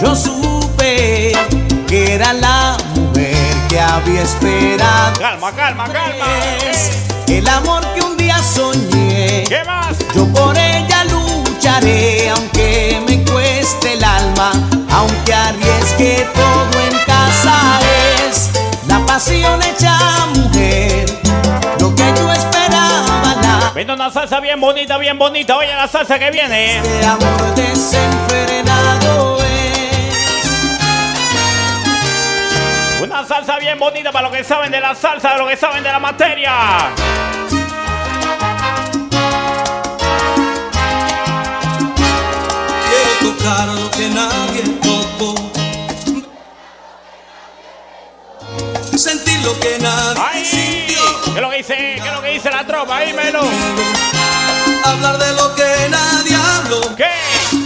[SPEAKER 10] Yo supe que era la mujer que había esperado.
[SPEAKER 4] Calma, calma, calma.
[SPEAKER 10] Es el amor que un día soñé.
[SPEAKER 4] ¿Qué más?
[SPEAKER 10] Yo por ella lucharé, aunque me cueste el alma, aunque arriesgue todo en casa es la pasión hecha mujer, lo que yo esperaba la
[SPEAKER 4] Vende una salsa bien bonita, bien bonita. Oye, la salsa que viene.
[SPEAKER 10] este amor desenfrenado es
[SPEAKER 4] Una salsa bien bonita para los que saben de la salsa, de los que saben de la materia.
[SPEAKER 18] Quiero tocar lo que nadie tocó. Sentir lo que nadie
[SPEAKER 4] ¡Ay!
[SPEAKER 18] sintió.
[SPEAKER 4] ¿Qué es lo que dice? ¿Qué es lo que dice la tropa? Dímelo.
[SPEAKER 18] Hablar de lo que nadie habló.
[SPEAKER 4] ¿Qué?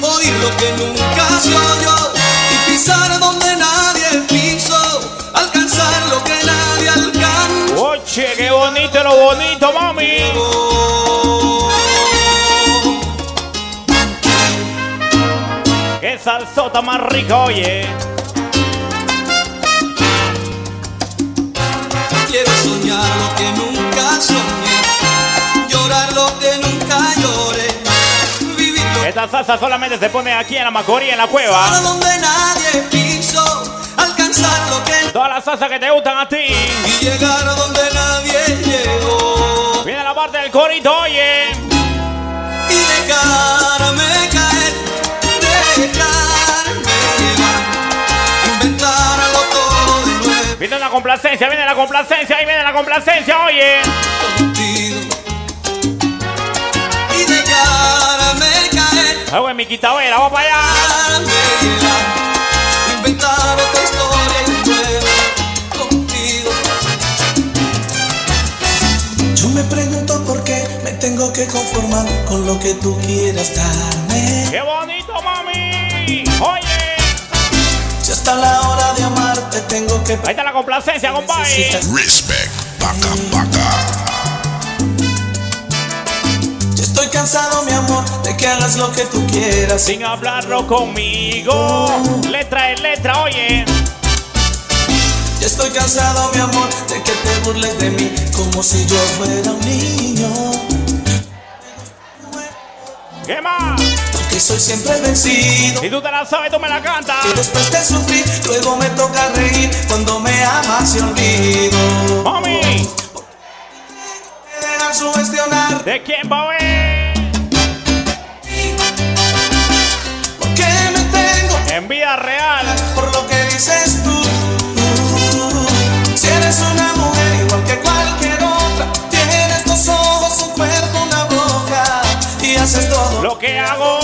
[SPEAKER 18] Oír lo que nunca se oyó. Y pisar donde nadie pisó. Alcanzar lo que nadie alcanzó.
[SPEAKER 4] Oche, qué bonito lo bonito, mami. Qué salsota más rica, oye.
[SPEAKER 18] Quiero soñar lo que nunca soñé. Llorar lo que nunca lloré. Vivir lo
[SPEAKER 4] Esta salsa solamente se pone aquí en la macoría, en la
[SPEAKER 18] Para
[SPEAKER 4] cueva.
[SPEAKER 18] donde nadie piso, alcanzar lo que
[SPEAKER 4] Todas las salsas que te gustan a ti.
[SPEAKER 18] y llegar a donde nadie llegó
[SPEAKER 4] Viene la parte del corito, oye.
[SPEAKER 18] y dejarme caer, dejarme llevar, inventarlo todo de nuevo
[SPEAKER 4] Viene la complacencia, viene la complacencia, ahí viene la complacencia, oye.
[SPEAKER 18] contigo y dejarme caer,
[SPEAKER 4] Algo en mi quitavera, vamos para allá.
[SPEAKER 18] dejarme llevar, inventar otra historia y nuevo contigo.
[SPEAKER 3] Yo me pregunto por qué me tengo que conformar con lo que tú quieras darme.
[SPEAKER 4] ¡Qué bonito, mami! Oye,
[SPEAKER 3] Si hasta la hora de amarte tengo que
[SPEAKER 4] ahí está la complacencia, compadre.
[SPEAKER 19] Respect, paca, paca.
[SPEAKER 3] Yo estoy cansado, mi amor, de que hagas lo que tú quieras.
[SPEAKER 4] Sin hablarlo conmigo. Letra es letra, oye.
[SPEAKER 3] Yo estoy cansado, mi amor, de que te burles de mí como si yo fuera un niño.
[SPEAKER 4] ¿Qué más?
[SPEAKER 3] Que soy siempre vencido.
[SPEAKER 4] Si tú te la sabes, tú me la cantas.
[SPEAKER 3] Que después de sufrir, luego me toca reír. Cuando me amas y olvido.
[SPEAKER 4] ¡Mami!
[SPEAKER 3] Te dejan sugestionar.
[SPEAKER 4] ¿De quién va a ver?
[SPEAKER 3] Porque me tengo
[SPEAKER 4] En vida real.
[SPEAKER 3] por lo que dices tú. Si eres una mujer igual que cualquier otra, tienes dos ojos, un cuerpo, una boca y haces todo
[SPEAKER 4] Lo que hago.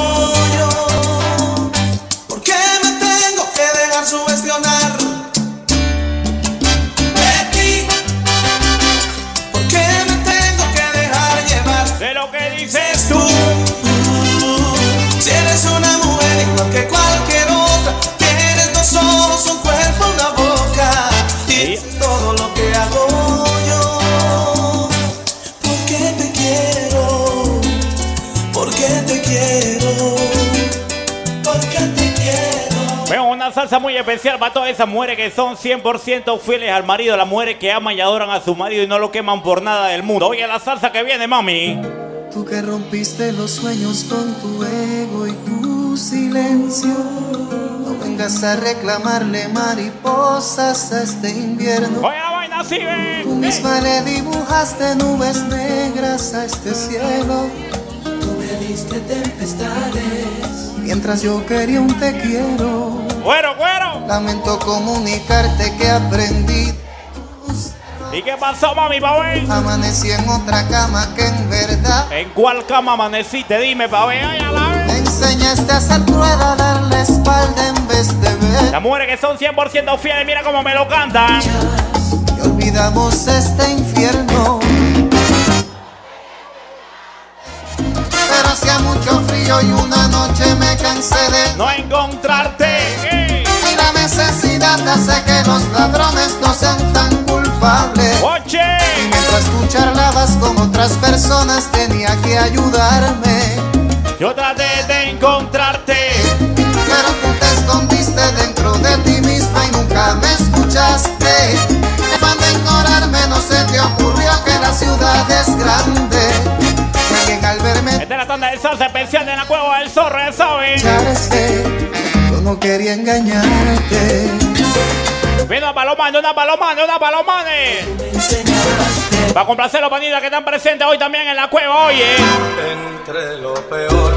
[SPEAKER 3] yo. ¿Por qué me tengo que dejar sugestionar? De ti. ¿Por qué me tengo que dejar llevar?
[SPEAKER 4] De lo que dices tú.
[SPEAKER 3] Si eres una mujer igual que cualquier otra, tienes dos ojos, un cuerpo, una boca y es todo lo que hago yo. Porque te quiero, porque te quiero, porque te quiero.
[SPEAKER 4] Veo una salsa muy especial para todas esas mujeres que son 100% fieles al marido, las mujeres que aman y adoran a su marido y no lo queman por nada del mundo. Oye, la salsa que viene, mami.
[SPEAKER 10] Tú que rompiste los sueños con tu ego y tu silencio. No vengas a reclamarle mariposas a este invierno.
[SPEAKER 4] Oye, la vaina así, ve.
[SPEAKER 10] Tú misma le dibujaste nubes negras a este cielo.
[SPEAKER 3] Tú me diste tempestades.
[SPEAKER 10] Mientras yo quería un te quiero.
[SPEAKER 4] Güero, güero.
[SPEAKER 10] Lamento comunicarte que aprendí. tus
[SPEAKER 4] ¿Y qué pasó, mami, pa' ver?
[SPEAKER 10] Amanecí en otra cama que en verdad
[SPEAKER 4] ¿En cuál cama amaneciste? Dime, pa' ver. Ay, a la vez.
[SPEAKER 10] me enseñaste a hacer rueda, a dar la espalda en vez de ver.
[SPEAKER 4] Las mujeres que son 100% fieles, mira cómo me lo cantan.
[SPEAKER 10] Y olvidamos este infierno. Pero hacía mucho frío y una noche me cansé de
[SPEAKER 4] No encontrarte. ey.
[SPEAKER 10] y la necesidad hace que los ladrones no sean tan culpables.
[SPEAKER 4] Oye.
[SPEAKER 10] Mientras tú charlabas con otras personas tenía que ayudarme.
[SPEAKER 4] Yo traté de encontrarte.
[SPEAKER 10] Pero tú te escondiste dentro de ti misma y nunca me escuchaste. Para ignorarme no se te ocurrió que la ciudad es grande. Y alguien al verme
[SPEAKER 4] Esta Este es la tanda del salsa especial de la cueva del zorro, ya sabes.
[SPEAKER 10] echaste, yo no quería engañarte.
[SPEAKER 4] Viene una paloma, una paloma, una paloma. eh. Para complacer los panitas que están presentes hoy también en la cueva, oye.
[SPEAKER 20] entre lo peor.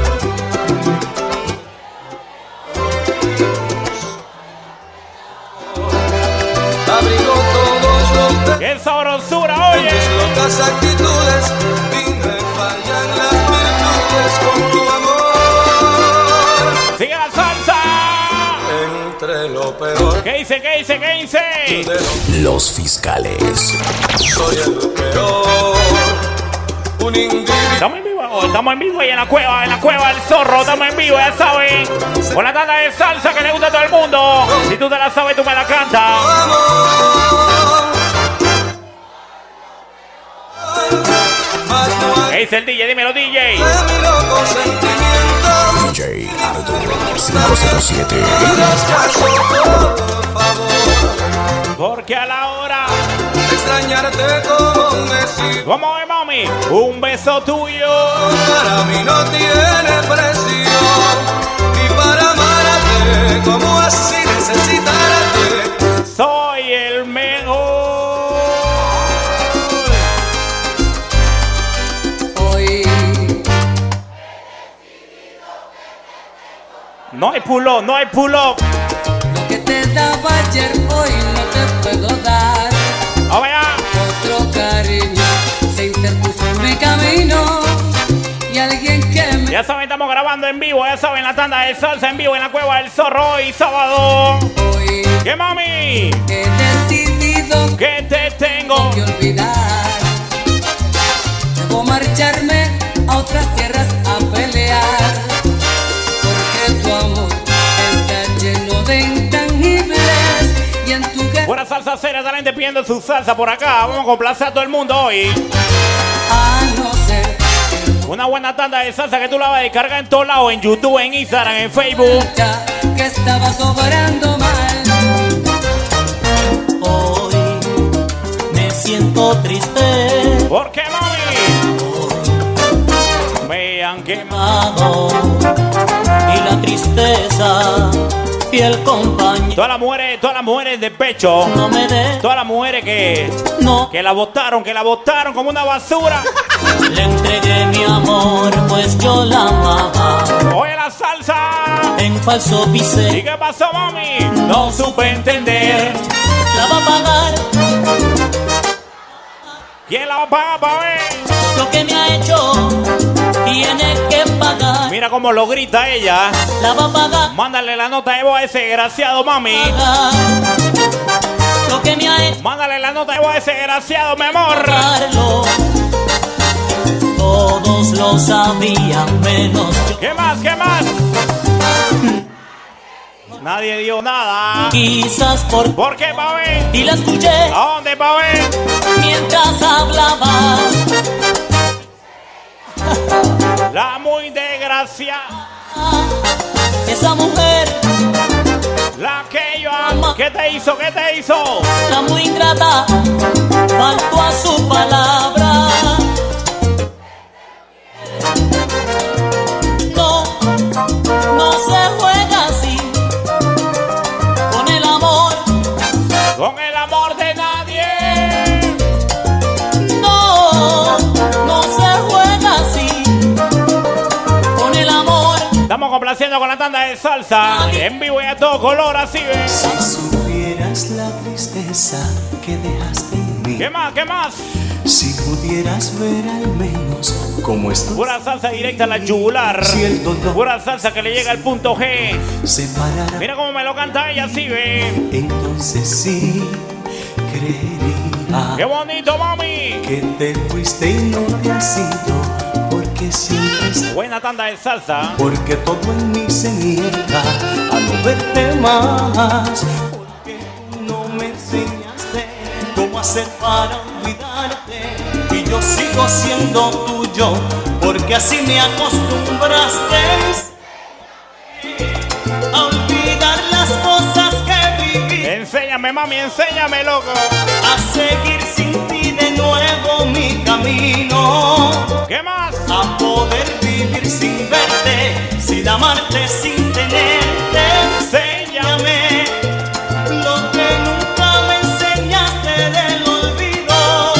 [SPEAKER 20] Abrigo todos los de-
[SPEAKER 4] Esa sabrosura, oye.
[SPEAKER 20] mis locas actitudes y me fallan las virtudes con tu amor.
[SPEAKER 4] Sigue la salsa.
[SPEAKER 20] Entre lo peor
[SPEAKER 4] ¿Qué dice, qué dice, qué dice?
[SPEAKER 20] de lo
[SPEAKER 21] Los fiscales.
[SPEAKER 20] soy el peor. Un individuo
[SPEAKER 4] Estamos en vivo, oh, estamos en vivo y en la cueva, en la cueva del zorro, estamos en vivo, ya saben. Con la tanda de salsa que le gusta a todo el mundo. Si tú te la sabes, tú me la cantas.
[SPEAKER 20] amor. Mas no hay
[SPEAKER 4] ¿Qué dice el DJ? Dímelo, DJ.
[SPEAKER 20] de mi loco sentimiento.
[SPEAKER 21] DJ Arturo 507.
[SPEAKER 20] Descanso, por favor.
[SPEAKER 4] Porque a la hora,
[SPEAKER 20] Extrañarte como me sigo.
[SPEAKER 4] vamos a ver, mami, un beso tuyo.
[SPEAKER 20] Para mí no tiene precio. Ni para amarte como así necesitarte.
[SPEAKER 4] Soy el mejor.
[SPEAKER 11] Hoy
[SPEAKER 4] No hay pull up, no hay pull up.
[SPEAKER 11] lo que te daba ayer, hoy no te puedo dar.
[SPEAKER 4] A ver, ah.
[SPEAKER 11] Otro cariño se interpuso en mi camino y alguien que me
[SPEAKER 4] ya saben, estamos grabando en vivo. Ya saben, la tanda de salsa en vivo en la cueva del zorro hoy sábado.
[SPEAKER 11] hoy
[SPEAKER 4] ¿Qué, mami?
[SPEAKER 11] he decidido
[SPEAKER 4] ¿Qué te tengo?
[SPEAKER 11] que olvidar. Debo marcharme a otras tierras a pelear, porque tu amor está lleno de intangibles y en tu guerra
[SPEAKER 4] Buena salsa cera, talente pidiendo su salsa por acá. Vamos a complacer a todo el mundo hoy.
[SPEAKER 11] a no ser que
[SPEAKER 4] Una buena tanda de salsa que tú la vas a descargar en todos lados, en YouTube, en Instagram, en Facebook.
[SPEAKER 11] cuenta que estaba sobrando mal.
[SPEAKER 22] Hoy me siento triste
[SPEAKER 4] ¿Por qué, mami? Me han quemado
[SPEAKER 13] y la tristeza fiel compañero.
[SPEAKER 4] Todas las mujeres, todas las mujeres de pecho.
[SPEAKER 13] No me de,
[SPEAKER 4] Todas las mujeres que
[SPEAKER 13] no.
[SPEAKER 4] que la botaron, que la botaron como una basura.
[SPEAKER 13] Le entregué mi amor, pues yo la amaba.
[SPEAKER 4] Oye la salsa.
[SPEAKER 13] En falso pisé.
[SPEAKER 4] ¿Y qué pasó, mami?
[SPEAKER 13] No supe entender. La va a pagar.
[SPEAKER 4] ¿Quién la va a pagar pa' ver?
[SPEAKER 13] Lo que me ha hecho tiene que pagar.
[SPEAKER 4] Mira cómo lo grita ella.
[SPEAKER 13] La va a pagar.
[SPEAKER 4] Mándale la nota de voz a ese desgraciado, mami.
[SPEAKER 13] pagar. Lo que me ha hecho
[SPEAKER 4] Mándale la nota de voz a ese desgraciado, mi amor.
[SPEAKER 13] pagarlo. Todos lo sabían menos yo.
[SPEAKER 4] ¿Qué más? ¿Qué más? Nadie dio nada.
[SPEAKER 13] Quizás por
[SPEAKER 4] ¿Por qué, Pavel?
[SPEAKER 13] y la escuché
[SPEAKER 4] ¿A dónde, Pavel?
[SPEAKER 13] mientras hablaba.
[SPEAKER 4] La muy desgraciada.
[SPEAKER 13] Esa mujer,
[SPEAKER 4] La que yo amo. ¿Qué te hizo? ¿Qué te hizo?
[SPEAKER 13] la muy ingrata, faltó a su palabra. No, no se juega así con el amor.
[SPEAKER 4] Con el amor de nadie.
[SPEAKER 13] No, no se juega así con el amor.
[SPEAKER 4] Estamos complaciendo con la tanda de salsa. En vivo y a todo color, así ves.
[SPEAKER 10] Si supieras la tristeza que dejaste en mí,
[SPEAKER 4] ¿Qué más? ¿Qué más?
[SPEAKER 10] si pudieras ver al menos cómo estoy,
[SPEAKER 4] Pura salsa directa a la yugular.
[SPEAKER 10] si el dolor
[SPEAKER 4] Pura salsa que le llega al punto G.
[SPEAKER 10] se parara,
[SPEAKER 4] Mira cómo me lo canta ella, así ve.
[SPEAKER 10] entonces sí creería
[SPEAKER 4] ¡Qué bonito, mami!
[SPEAKER 10] que te fuiste y no te has ido, porque siempre estás,
[SPEAKER 4] Buena tanda de salsa.
[SPEAKER 10] porque todo en mí se niega a no verte más, porque tú no me enseñaste cómo hacer para olvidarte y yo sigo siendo tuyo, porque así me acostumbraste.
[SPEAKER 23] a olvidar las cosas que viví,
[SPEAKER 4] Enséñame, mami, enséñame, loco.
[SPEAKER 23] a seguir sin ti de nuevo mi camino,
[SPEAKER 4] ¿Qué más?
[SPEAKER 23] a poder vivir sin verte, sin amarte, sin tenerte. Enséñame lo que nunca me enseñaste del olvido,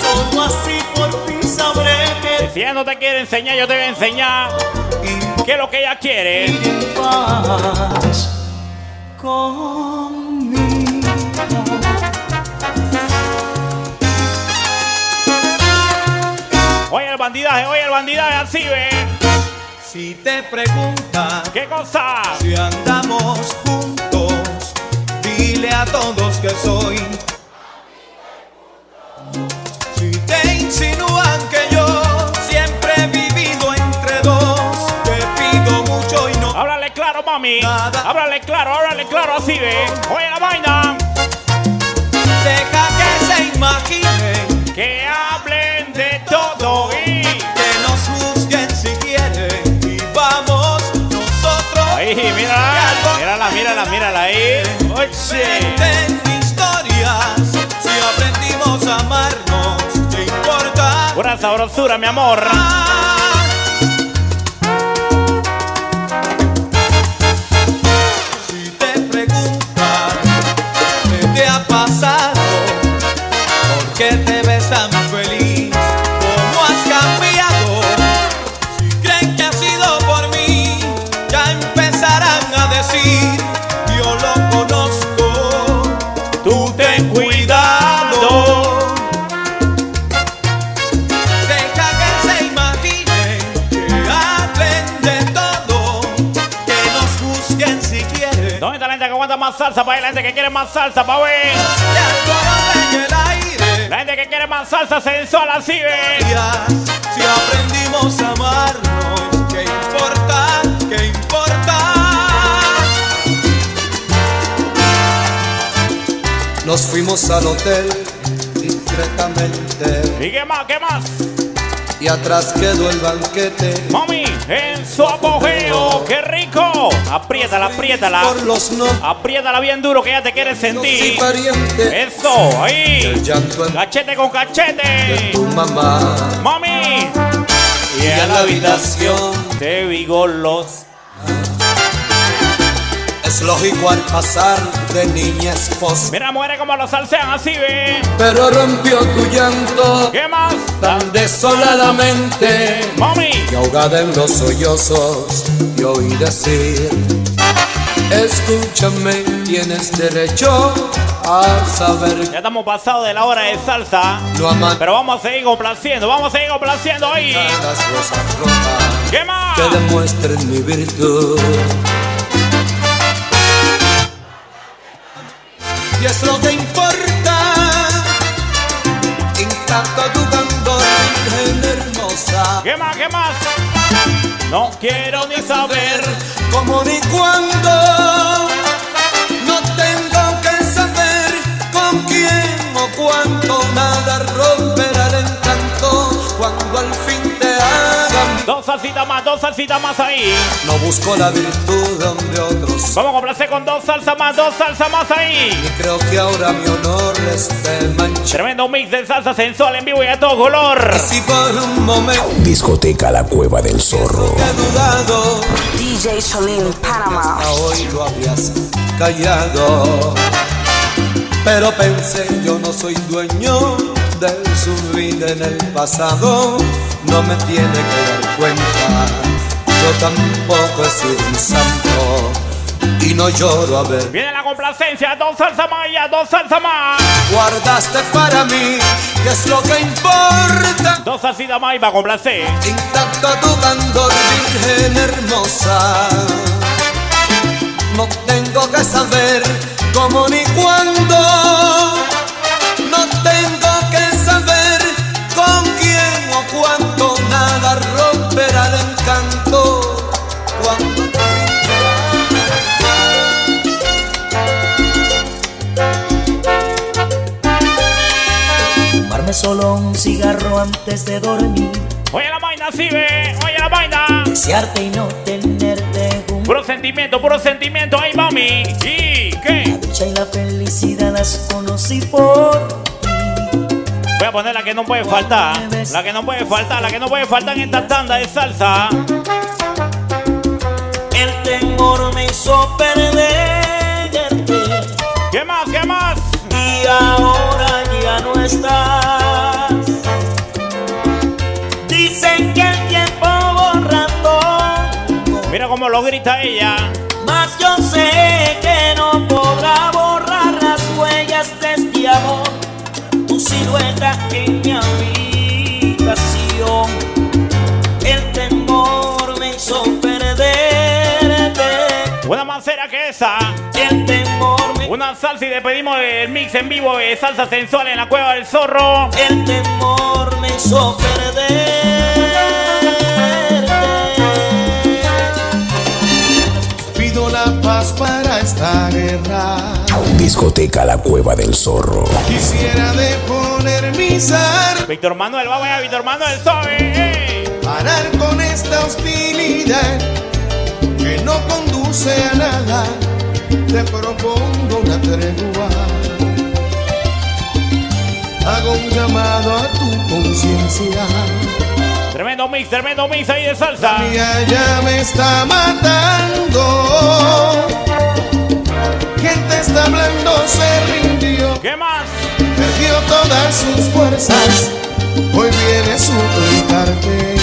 [SPEAKER 23] solo así por fin sabré que
[SPEAKER 4] Si ella no te quiere enseñar, yo te voy a enseñar. ¿Qué es lo que ella quiere?
[SPEAKER 10] paz conmigo.
[SPEAKER 4] Oye el bandidaje, oye el bandidaje, así ve.
[SPEAKER 3] Si te preguntas
[SPEAKER 4] ¿Qué cosa?
[SPEAKER 3] si andamos juntos, dile a todos que soy. Si te insinúan que yo siempre he vivido entre dos, te pido mucho y no.
[SPEAKER 4] Háblale claro, mami.
[SPEAKER 3] Nada.
[SPEAKER 4] Háblale claro, háblale claro, así ve. Oye la vaina.
[SPEAKER 3] Deja que se imaginen,
[SPEAKER 4] Que hablen de todo y.
[SPEAKER 3] que nos juzguen si quieren. Y vamos nosotros.
[SPEAKER 4] Ahí, mírala. Mírala, mírala, mírala ahí. Oye.
[SPEAKER 3] Venden historias, si aprendimos a amarnos, te importa
[SPEAKER 4] Pura sabrosura, mi amor.
[SPEAKER 3] más. Si te preguntas qué te ha pasado, por qué te ves tan feliz, cómo has cambiado, si creen que ha sido por mí, ya empezarán a decir, yo lo conozco,
[SPEAKER 4] Tú ten cuidado.
[SPEAKER 3] cuidado. Deja que se imaginen que hablen de todo, que nos busquen si quieren.
[SPEAKER 4] ¿Dónde está la gente que aguanta más salsa para La gente que quiere más salsa para ver.
[SPEAKER 3] Ya todo en el aire.
[SPEAKER 4] La gente que quiere más salsa sensual, así ve.
[SPEAKER 3] días, Si aprendimos a amarnos, ¿qué importa? ¿Qué importa?
[SPEAKER 10] Nos fuimos al hotel discretamente
[SPEAKER 4] ¿Y qué más? ¿Qué más?
[SPEAKER 10] y atrás quedó el banquete.
[SPEAKER 4] Mami, en su apogeo, qué rico. Apriétala, apriétala.
[SPEAKER 10] Por los no
[SPEAKER 4] Apriétala bien duro que ya te quiere
[SPEAKER 10] y
[SPEAKER 4] sentir. Eh.
[SPEAKER 10] pariente
[SPEAKER 4] Eso, ahí.
[SPEAKER 10] el llanto en-
[SPEAKER 4] Cachete con
[SPEAKER 10] de
[SPEAKER 4] cachete.
[SPEAKER 10] tu mamá.
[SPEAKER 4] Mami.
[SPEAKER 10] Y
[SPEAKER 3] y a la habitación
[SPEAKER 4] te vi los
[SPEAKER 3] Es lógico al pasar de niña esposa.
[SPEAKER 4] Mira, muere como los salsean así, ve.
[SPEAKER 3] Pero rompió tu llanto.
[SPEAKER 4] ¿Qué más?
[SPEAKER 3] Tan desoladamente.
[SPEAKER 4] Mami.
[SPEAKER 3] Y ahogada en los sollozos, te oí decir. Escúchame, tienes derecho a saber.
[SPEAKER 4] Ya estamos pasados de la hora de salsa.
[SPEAKER 3] No amas.
[SPEAKER 4] Pero vamos a seguir complaciendo, vamos a seguir complaciendo hoy.
[SPEAKER 3] Rojas,
[SPEAKER 4] ¿Qué más?
[SPEAKER 3] Que demuestren mi virtud.
[SPEAKER 24] Y es lo que importa. Encanto tu candor, virgen hermosa.
[SPEAKER 4] ¿Qué más? ¿Qué más? No quiero ni saber
[SPEAKER 24] cómo ni cuándo. No tengo que saber con quién o cuánto. Nada romperá el encanto cuando al fin te hagan.
[SPEAKER 4] Dos salsitas más, dos salsitas más ahí.
[SPEAKER 3] No busco la virtud donde otros.
[SPEAKER 4] Vamos a complacer con dos salsas más, dos salsas más ahí.
[SPEAKER 3] Y creo que ahora mi honor esté manchado.
[SPEAKER 4] Tremendo mix de salsa sensual en vivo y a todo color.
[SPEAKER 3] Y si por un momento.
[SPEAKER 25] Discoteca La Cueva del Zorro.
[SPEAKER 3] He dudado.
[SPEAKER 7] DJ Solín, Panamá.
[SPEAKER 3] Hasta hoy lo habías callado. Pero pensé, yo no soy dueño de su vida en el pasado. No me tiene que dar cuenta. Yo tampoco he sido un santo. Y no lloro a ver.
[SPEAKER 4] Viene la complacencia, dos salsa más, ya, dos salsa más.
[SPEAKER 24] Guardaste para mí, que es lo que importa.
[SPEAKER 4] Dos salsitas más y va a complacer.
[SPEAKER 24] Intacto tu candor, virgen hermosa. No tengo que saber cómo ni cuándo. No tengo que saber con quién o cuánto. Nada romperá el encanto. Cuando
[SPEAKER 26] Fumarme solo un cigarro antes de dormir.
[SPEAKER 4] Oye la vaina, sí, ve. Oye la vaina.
[SPEAKER 26] Desearte y no tenerte junto.
[SPEAKER 4] Puro sentimiento, puro sentimiento, ahí mami. ¿Y
[SPEAKER 26] La
[SPEAKER 4] qué?
[SPEAKER 26] dicha y la felicidad las conocí por ti.
[SPEAKER 4] Voy a poner la que no puede faltar. La que no puede faltar, la que no puede faltar en esta tanda de salsa.
[SPEAKER 27] El temor me hizo perderte
[SPEAKER 4] ¿Qué más? ¿Qué más?
[SPEAKER 27] y ahora ya no estás. Dicen que el tiempo borrando,
[SPEAKER 4] Mira cómo lo grita ella.
[SPEAKER 27] mas yo sé que no podrá borrar las huellas de este amor. Tu silueta en mi habitación, el temor me hizo perderte.
[SPEAKER 4] Una mancera que esa.
[SPEAKER 27] El temor me,
[SPEAKER 4] Una salsa y despedimos el mix en vivo de salsa sensual en la cueva del zorro.
[SPEAKER 27] el temor me hizo perderte.
[SPEAKER 10] Pido la paz para esta guerra.
[SPEAKER 25] Discoteca La Cueva del Zorro.
[SPEAKER 10] Quisiera deponer mis armas,
[SPEAKER 4] Víctor Manuel, vamos allá, Víctor Manuel, eh. sobe. ey.
[SPEAKER 10] parar con esta hostilidad que no conduce a nada. Te propongo una tregua. Hago un llamado a tu conciencia.
[SPEAKER 4] Tremendo mix, tremendo mix ahí de salsa.
[SPEAKER 10] La mía ya me está matando. Quien te está hablando se rindió.
[SPEAKER 4] ¿Qué más?
[SPEAKER 10] perdió todas sus fuerzas, hoy viene su tentarte.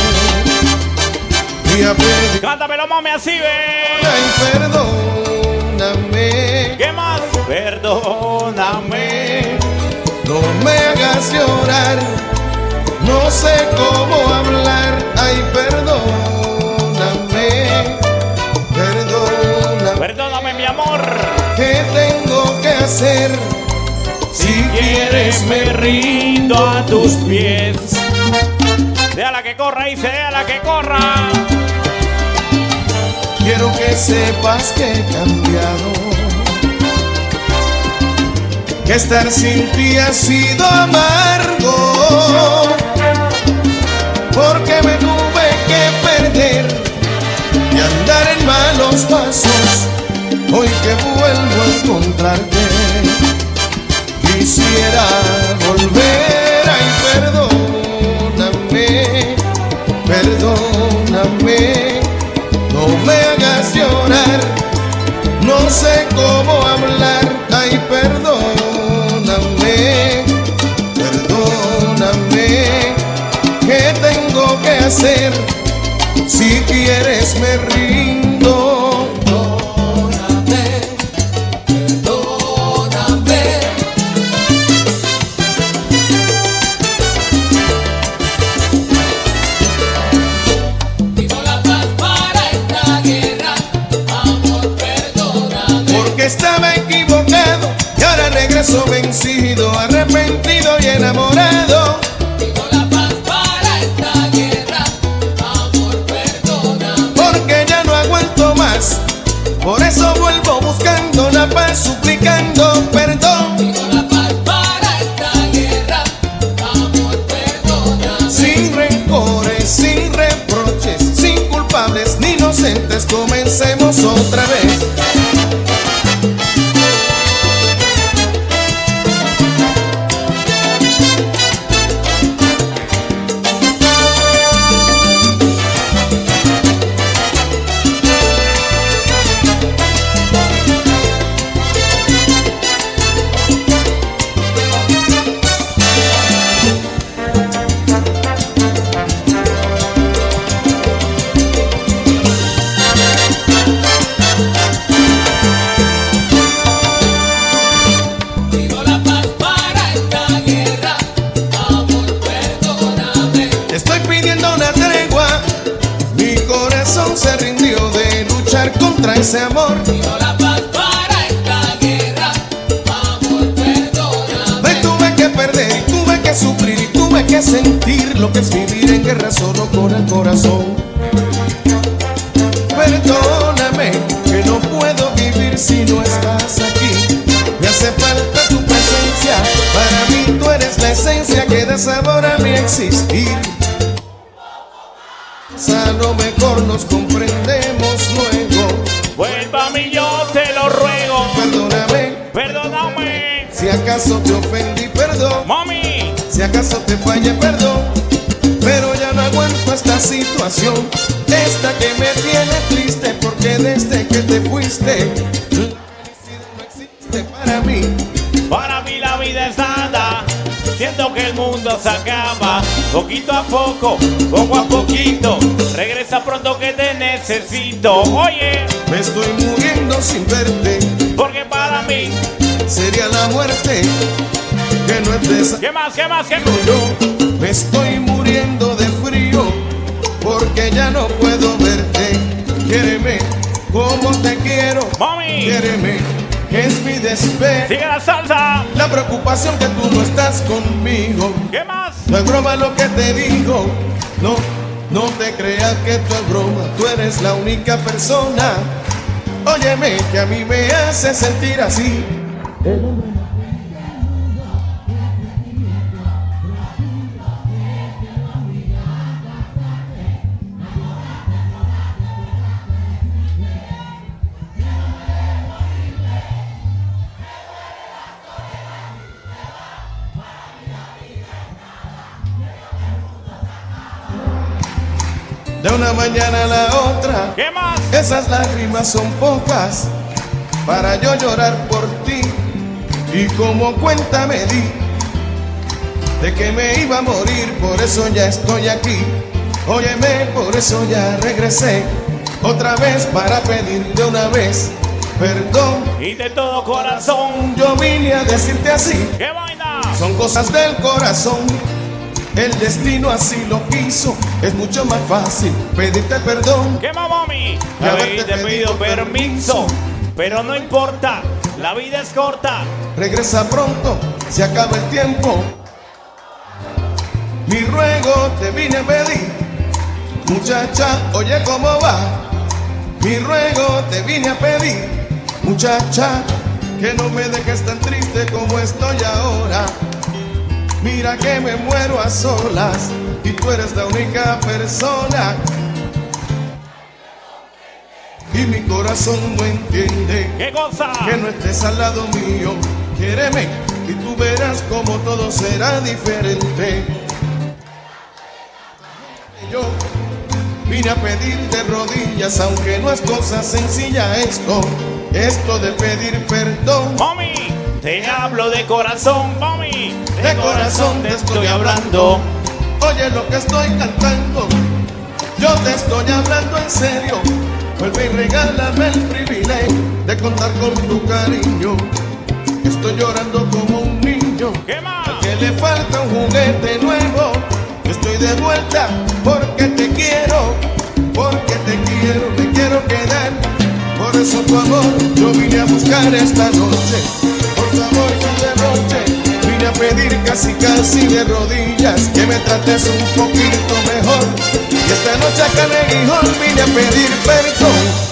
[SPEAKER 10] Y a pedir
[SPEAKER 4] Cántamelo, mami, así ve.
[SPEAKER 10] ay, perdóname,
[SPEAKER 4] ¿Qué más? Perdóname.
[SPEAKER 10] no me hagas llorar, no sé cómo hablar, ay, perdóname, perdóname,
[SPEAKER 4] Perdóname, mi amor.
[SPEAKER 10] ¿qué tengo que hacer? Si quieres me
[SPEAKER 4] rindo a tus pies. Déjala que corra, y déjala que corra.
[SPEAKER 10] Quiero que sepas que he cambiado. Que estar sin ti ha sido amargo. Porque me tuve que perder y andar en malos pasos. Hoy que vuelvo a encontrarte, quisiera volver. Ay, perdóname, perdóname. perdóname, no me hagas llorar, no sé cómo hablar, ay, perdóname, perdóname, ¿qué tengo que hacer? Si quieres me rindo. Porque estaba equivocado y ahora regreso vencido, arrepentido y enamorado. Porque ya no aguanto más, por eso vuelvo buscando la paz, suplicando perdón. Sin rencores, sin reproches, sin culpables ni inocentes, comencemos otra vez. Estoy pidiendo una tregua. Mi corazón se rindió de luchar contra ese amor. Me Pues tuve que perder y tuve que sufrir y tuve que sentir lo que es vivir en guerra solo con el corazón. Perdóname que no puedo vivir si no estás aquí. Me hace falta tu presencia. Para mí tú eres la esencia que da sabor a mi existir. Sano mejor nos comprendemos luego.
[SPEAKER 4] Vuelva a mí, yo te lo ruego.
[SPEAKER 10] Perdóname
[SPEAKER 4] Perdóname,
[SPEAKER 10] si acaso te ofendí, perdón.
[SPEAKER 4] mami.
[SPEAKER 10] Si acaso te fallé, perdón. Pero ya no aguanto esta situación. Esta que me tiene triste porque desde que te fuiste, la felicidad no existe para mí.
[SPEAKER 4] Para mí la vida es nada. Siento que el mundo se acaba. Poquito a poco, poco a poquito. Regresa pronto que te necesito. Oye,
[SPEAKER 10] Me estoy muriendo sin verte.
[SPEAKER 4] porque para mí.
[SPEAKER 10] Sería la muerte que no estés.
[SPEAKER 4] ¿Qué más? ¿Qué más? ¿Qué más?
[SPEAKER 10] Yo me estoy muriendo de frío porque ya no puedo verte. Quiéreme como te quiero.
[SPEAKER 4] Mami.
[SPEAKER 10] Quiéreme, que es mi despejo.
[SPEAKER 4] Sigue la salsa.
[SPEAKER 10] La preocupación que tú no estás conmigo.
[SPEAKER 4] ¿Qué más?
[SPEAKER 10] No es broma lo que te digo. No, no te creas que esto es broma. Tú eres la única persona. Óyeme, que a mí me hace sentir así. De una mañana a la otra.
[SPEAKER 4] ¿Qué más?
[SPEAKER 10] Esas lágrimas son pocas para yo llorar por ti. Y como cuenta me di de que me iba a morir, por eso ya estoy aquí. Óyeme, por eso ya regresé otra vez para pedirte una vez perdón.
[SPEAKER 4] Y de todo corazón.
[SPEAKER 10] Yo vine a decirte así,
[SPEAKER 4] ¿Qué vaina?
[SPEAKER 10] son cosas del corazón. El destino así lo quiso, es mucho más fácil pedirte perdón.
[SPEAKER 4] ¿Qué más, mami?
[SPEAKER 10] Y
[SPEAKER 4] A
[SPEAKER 10] haberte
[SPEAKER 4] ver, te pido
[SPEAKER 10] pedido
[SPEAKER 4] permiso. Pero no importa. La vida es corta.
[SPEAKER 10] Regresa pronto, se acaba el tiempo. Mi ruego te vine a pedir, muchacha, oye cómo va. Mi ruego te vine a pedir, muchacha, que no me dejes tan triste como estoy ahora. Mira que me muero a solas y tú eres la única persona. Y mi corazón no entiende
[SPEAKER 4] ¿Qué cosa?
[SPEAKER 10] que no estés al lado mío. Quiéreme y tú verás como todo será diferente. Yo Vine a pedirte rodillas, aunque no es cosa sencilla esto. Esto de pedir perdón.
[SPEAKER 4] Mami, te hablo de corazón, mami.
[SPEAKER 10] De, de corazón, corazón te estoy, estoy hablando. Oye lo que estoy cantando. Yo te estoy hablando en serio. Vuelve y regálame el privilegio de contar con tu cariño. Estoy llorando como un niño.
[SPEAKER 4] ¿Qué más?
[SPEAKER 10] Al que le falta un juguete nuevo. Estoy de vuelta porque te quiero, porque te quiero, me quiero quedar. Por eso tu amor yo vine a buscar esta noche. Por favor que noche vine a pedir casi casi de rodillas que me trates un poquito mejor. Y esta noche acá en el vine a pedir perdón.